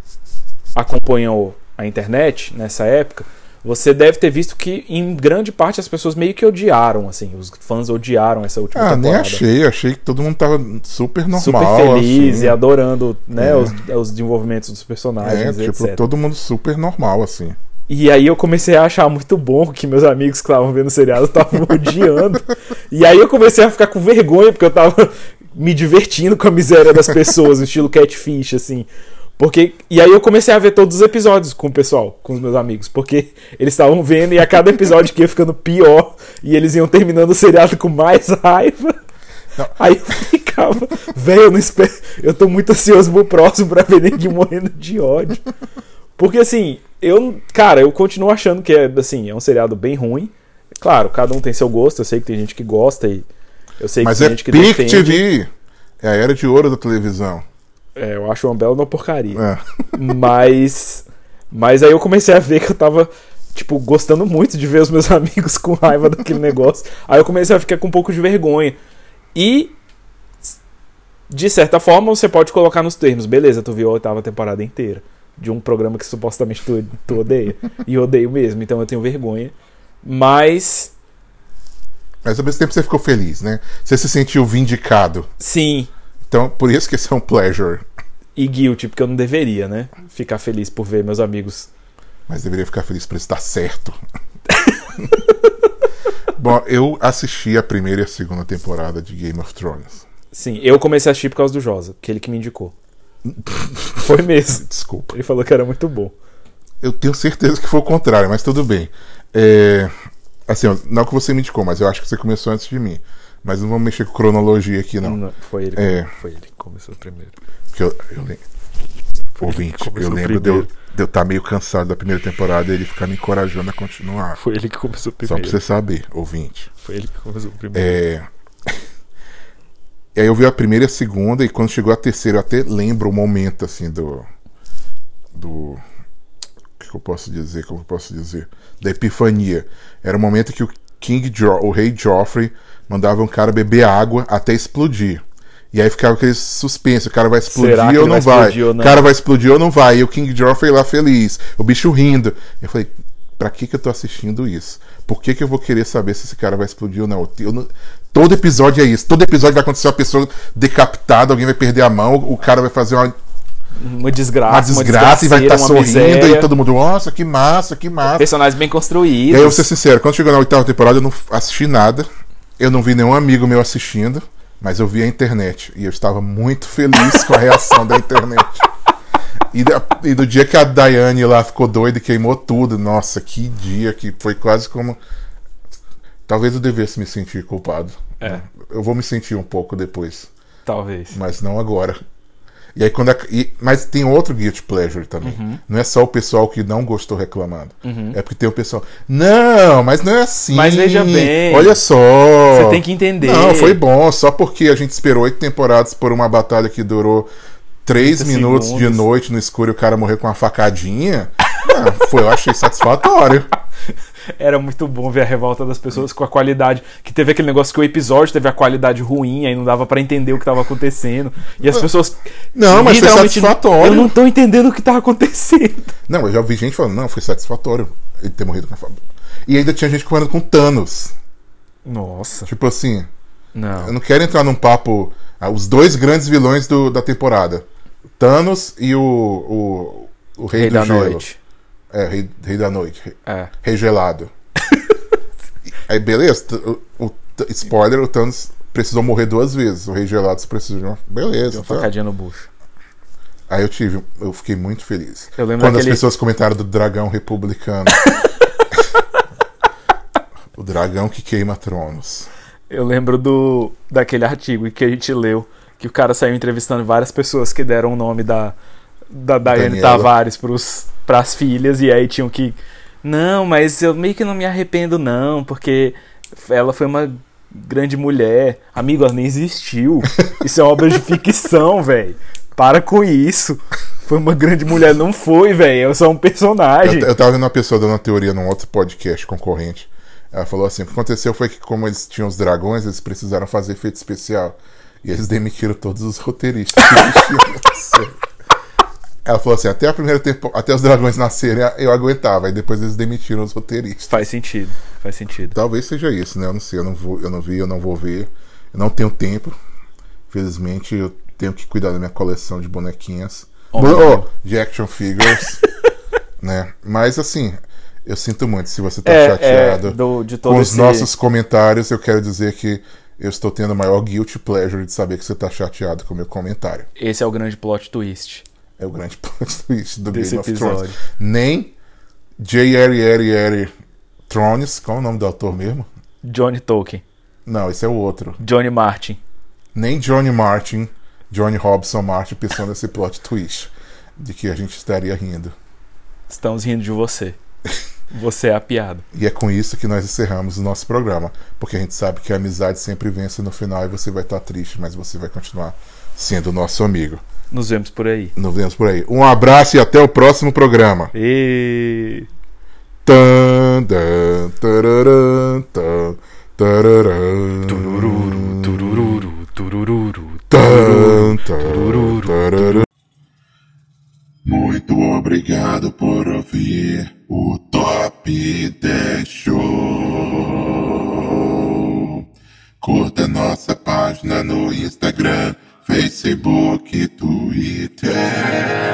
[SPEAKER 2] acompanhou a internet nessa época, você deve ter visto que em grande parte as pessoas meio que odiaram, assim, os fãs odiaram essa última
[SPEAKER 1] Ah, nem
[SPEAKER 2] temporada.
[SPEAKER 1] achei. Achei que todo mundo tava super normal.
[SPEAKER 2] Super feliz
[SPEAKER 1] assim.
[SPEAKER 2] e adorando, né,
[SPEAKER 1] É.
[SPEAKER 2] os, os desenvolvimentos dos
[SPEAKER 1] É,
[SPEAKER 2] personagens,
[SPEAKER 1] tipo,
[SPEAKER 2] etc.
[SPEAKER 1] todo mundo super normal, assim.
[SPEAKER 2] E aí eu comecei a achar muito bom que meus amigos que estavam vendo o seriado estavam odiando. E aí eu comecei a ficar com vergonha, porque eu tava me divertindo com a miséria das pessoas, no estilo catfish, assim. Porque, e aí eu comecei a ver todos os episódios com o pessoal, com os meus amigos, porque eles estavam vendo e a cada episódio que ia ficando pior, e eles iam terminando o seriado com mais raiva.
[SPEAKER 1] Não.
[SPEAKER 2] Aí eu ficava, velho, eu não espero, eu tô muito ansioso pro próximo pra ver ninguém morrendo de ódio. Porque assim, eu, cara, eu continuo achando que é assim, é um seriado bem ruim. Claro, cada um tem seu gosto, eu sei que tem gente que gosta e eu sei
[SPEAKER 1] Mas
[SPEAKER 2] que tem
[SPEAKER 1] é
[SPEAKER 2] gente que
[SPEAKER 1] Peak
[SPEAKER 2] defende.
[SPEAKER 1] TV. É a era de ouro da televisão.
[SPEAKER 2] É, eu acho uma bela uma porcaria.
[SPEAKER 1] É.
[SPEAKER 2] Mas. Mas aí eu comecei a ver que eu tava, tipo, gostando muito de ver os meus amigos com raiva daquele negócio. Aí eu comecei a ficar com um pouco de vergonha. E. De certa forma, você pode colocar nos termos, beleza, tu viu a oitava temporada inteira de um programa que supostamente tu, tu odeia. e eu odeio mesmo, então eu tenho vergonha. Mas.
[SPEAKER 1] Mas ao mesmo tempo você ficou feliz, né? Você se sentiu vindicado.
[SPEAKER 2] Sim,
[SPEAKER 1] Então, por isso que esse é um pleasure.
[SPEAKER 2] e guilty, porque eu não deveria, né? Ficar feliz por ver meus amigos
[SPEAKER 1] Mas deveria ficar feliz por estar certo. Bom, eu assisti a primeira e a segunda temporada de Game of Thrones.
[SPEAKER 2] Sim, eu comecei a assistir por causa do Josa, que ele que me indicou. Foi mesmo.
[SPEAKER 1] Desculpa.
[SPEAKER 2] Ele falou que era muito bom.
[SPEAKER 1] Eu tenho certeza que foi o contrário, mas tudo bem. É, Assim, ó, não que você me indicou, mas eu acho que você começou antes de mim. Mas não vamos mexer com cronologia aqui, não.
[SPEAKER 2] Não, foi ele. que-
[SPEAKER 1] É,
[SPEAKER 2] Foi ele que começou primeiro.
[SPEAKER 1] porque eu, eu lembro. Ouvinte, eu
[SPEAKER 2] começou
[SPEAKER 1] lembro de eu
[SPEAKER 2] primeiro.
[SPEAKER 1] estar meio cansado da primeira temporada e ele ficar me encorajando a continuar.
[SPEAKER 2] Foi ele que começou
[SPEAKER 1] Só pra você saber, ouvinte.
[SPEAKER 2] Foi ele que começou primeiro.
[SPEAKER 1] É... E aí eu vi a primeira e a segunda, e quando chegou a terceira, eu até lembro o momento, assim, do... Do... O que, que eu posso dizer? Como eu posso dizer? Da epifania. Era o momento que o King jo o rei Joffrey mandava um cara beber água até explodir. E aí ficava aquele suspense, o cara vai explodir
[SPEAKER 2] Será que
[SPEAKER 1] ou
[SPEAKER 2] ele
[SPEAKER 1] não
[SPEAKER 2] vai
[SPEAKER 1] vai?
[SPEAKER 2] explodir ou não?
[SPEAKER 1] O cara vai explodir ou não vai? E o King Joffrey lá feliz, o bicho rindo. Eu falei, pra que que eu tô assistindo isso? Por que que eu vou querer saber se esse cara vai explodir ou não? Eu não- Todo episódio é isso. Todo episódio vai acontecer uma pessoa decapitada, alguém vai perder a mão, o cara vai fazer uma
[SPEAKER 2] Uma
[SPEAKER 1] É. uma
[SPEAKER 2] desgraça. Uma
[SPEAKER 1] desgraça e vai estar
[SPEAKER 2] desgraceira, uma
[SPEAKER 1] sorrindo
[SPEAKER 2] miséria.
[SPEAKER 1] e todo mundo, nossa, que massa, que massa.
[SPEAKER 2] Personagens
[SPEAKER 1] E
[SPEAKER 2] bem
[SPEAKER 1] aí, eu
[SPEAKER 2] construídos.
[SPEAKER 1] vou ser sincero, quando chegou na oitava temporada, eu não assisti nada. Eu não vi nenhum amigo meu assistindo. Mas eu vi a internet e eu estava muito feliz com a reação da internet. E, da- e do dia que a Daiane lá ficou doida e queimou tudo, nossa, que dia que foi quase como. Talvez eu devesse me sentir culpado.
[SPEAKER 2] É,
[SPEAKER 1] Eu vou me sentir um pouco depois.
[SPEAKER 2] talvez.
[SPEAKER 1] Mas não agora. E aí quando a- e- mas tem outro guilty pleasure também.
[SPEAKER 2] Uhum.
[SPEAKER 1] Não é só o pessoal que não gostou reclamando. É porque tem o pessoal. Não, mas não é assim.
[SPEAKER 2] Mas veja bem.
[SPEAKER 1] Olha só.
[SPEAKER 2] Você tem que entender.
[SPEAKER 1] Não, foi bom. Só porque a gente esperou oito temporadas por uma batalha que durou três
[SPEAKER 2] 30
[SPEAKER 1] minutos de
[SPEAKER 2] segundos.
[SPEAKER 1] noite no escuro e o cara morreu com uma facadinha. Ah, foi, eu achei satisfatório.
[SPEAKER 2] Era muito bom ver a revolta das pessoas com a qualidade. Que teve aquele negócio que o episódio teve a qualidade ruim, aí não dava pra entender o que tava acontecendo. E as pessoas.
[SPEAKER 1] Não, mas foi
[SPEAKER 2] literalmente,
[SPEAKER 1] satisfatório.
[SPEAKER 2] Eu não tô entendendo o que tá acontecendo.
[SPEAKER 1] Não, eu já vi gente falando, não, foi satisfatório ele ter morrido com a facada. E ainda tinha gente comendo com Thanos.
[SPEAKER 2] Nossa.
[SPEAKER 1] Tipo assim, Eu
[SPEAKER 2] Não.
[SPEAKER 1] não quero entrar num papo. ah, os dois grandes vilões do- da temporada: Thanos e o. O, o Rei,
[SPEAKER 2] Rei
[SPEAKER 1] do
[SPEAKER 2] da
[SPEAKER 1] Gelo.
[SPEAKER 2] noite.
[SPEAKER 1] É, Rei, Rei da Noite. Rei,
[SPEAKER 2] É.
[SPEAKER 1] Rei Gelado. Aí, beleza. t- O, o- t- spoiler: o Thanos precisou morrer duas vezes. O Rei Gelado precisou de uma. Beleza.
[SPEAKER 2] Uma
[SPEAKER 1] tá.
[SPEAKER 2] facadinha no bucho.
[SPEAKER 1] Aí eu tive. Eu fiquei muito feliz.
[SPEAKER 2] Eu lembro
[SPEAKER 1] Quando
[SPEAKER 2] daquele-
[SPEAKER 1] as pessoas comentaram do dragão republicano. o dragão que queima tronos.
[SPEAKER 2] Eu lembro do daquele artigo que a gente leu, que o cara saiu entrevistando várias pessoas que deram o nome da, da Daiane
[SPEAKER 1] Daniela.
[SPEAKER 2] Tavares pros, pras filhas, e aí tinham que. Não, mas eu meio que não me arrependo, não, porque ela foi uma grande mulher. Amigo, ela nem existiu. Isso é obra de ficção, velho. Para com isso. Foi uma grande mulher, não foi, velho. É só um personagem.
[SPEAKER 1] Eu, eu tava vendo uma pessoa dando uma teoria num outro podcast concorrente. Ela falou assim: o que aconteceu foi que, como eles tinham os dragões, eles precisaram fazer efeito especial. E eles demitiram todos os roteiristas. que existiam na série. Ela falou assim: até a primeira tempo, até os dragões nascerem, eu aguentava. E depois eles demitiram os roteiristas.
[SPEAKER 2] Faz sentido, faz sentido.
[SPEAKER 1] Talvez seja isso, né? Eu não sei, eu não, vou, eu não vi, eu não vou ver. Eu não tenho tempo. Felizmente, eu tenho que cuidar da minha coleção de bonequinhas.
[SPEAKER 2] Oh,
[SPEAKER 1] Bo-
[SPEAKER 2] meu.
[SPEAKER 1] oh, de action figures. né? Mas assim, eu sinto muito se você tá
[SPEAKER 2] É, é,
[SPEAKER 1] chateado.
[SPEAKER 2] do, de todo
[SPEAKER 1] Com os
[SPEAKER 2] esse...
[SPEAKER 1] nossos comentários, eu quero dizer que eu estou tendo o maior guilty pleasure de saber que você tá chateado com o meu comentário.
[SPEAKER 2] Esse é o grande plot twist.
[SPEAKER 1] É o grande plot twist do
[SPEAKER 2] Desse
[SPEAKER 1] Game of Thrones.
[SPEAKER 2] episódio.
[SPEAKER 1] Nem J.R.R.R. Thrones, qual é o nome do autor mesmo?
[SPEAKER 2] Johnny Tolkien.
[SPEAKER 1] Não, esse é o outro.
[SPEAKER 2] Johnny Martin.
[SPEAKER 1] nem Johnny Martin, Johnny Robson Martin pensou nesse plot twist de que a gente estaria rindo.
[SPEAKER 2] Estamos rindo de você. Você é a piada.
[SPEAKER 1] E é com isso que nós encerramos o nosso programa, porque a gente sabe que a amizade sempre vence no final e você vai estar triste, mas você vai continuar sendo nosso amigo.
[SPEAKER 2] Nos vemos por aí.
[SPEAKER 1] Nos vemos por aí. Um abraço e até o próximo programa.
[SPEAKER 2] E...
[SPEAKER 1] Tan, dan, tararam, tan, tararam. Tan, tan, tararam.
[SPEAKER 5] Muito obrigado por ouvir o Top 10 Show. Curta nossa página no Instagram, Facebook e Twitter.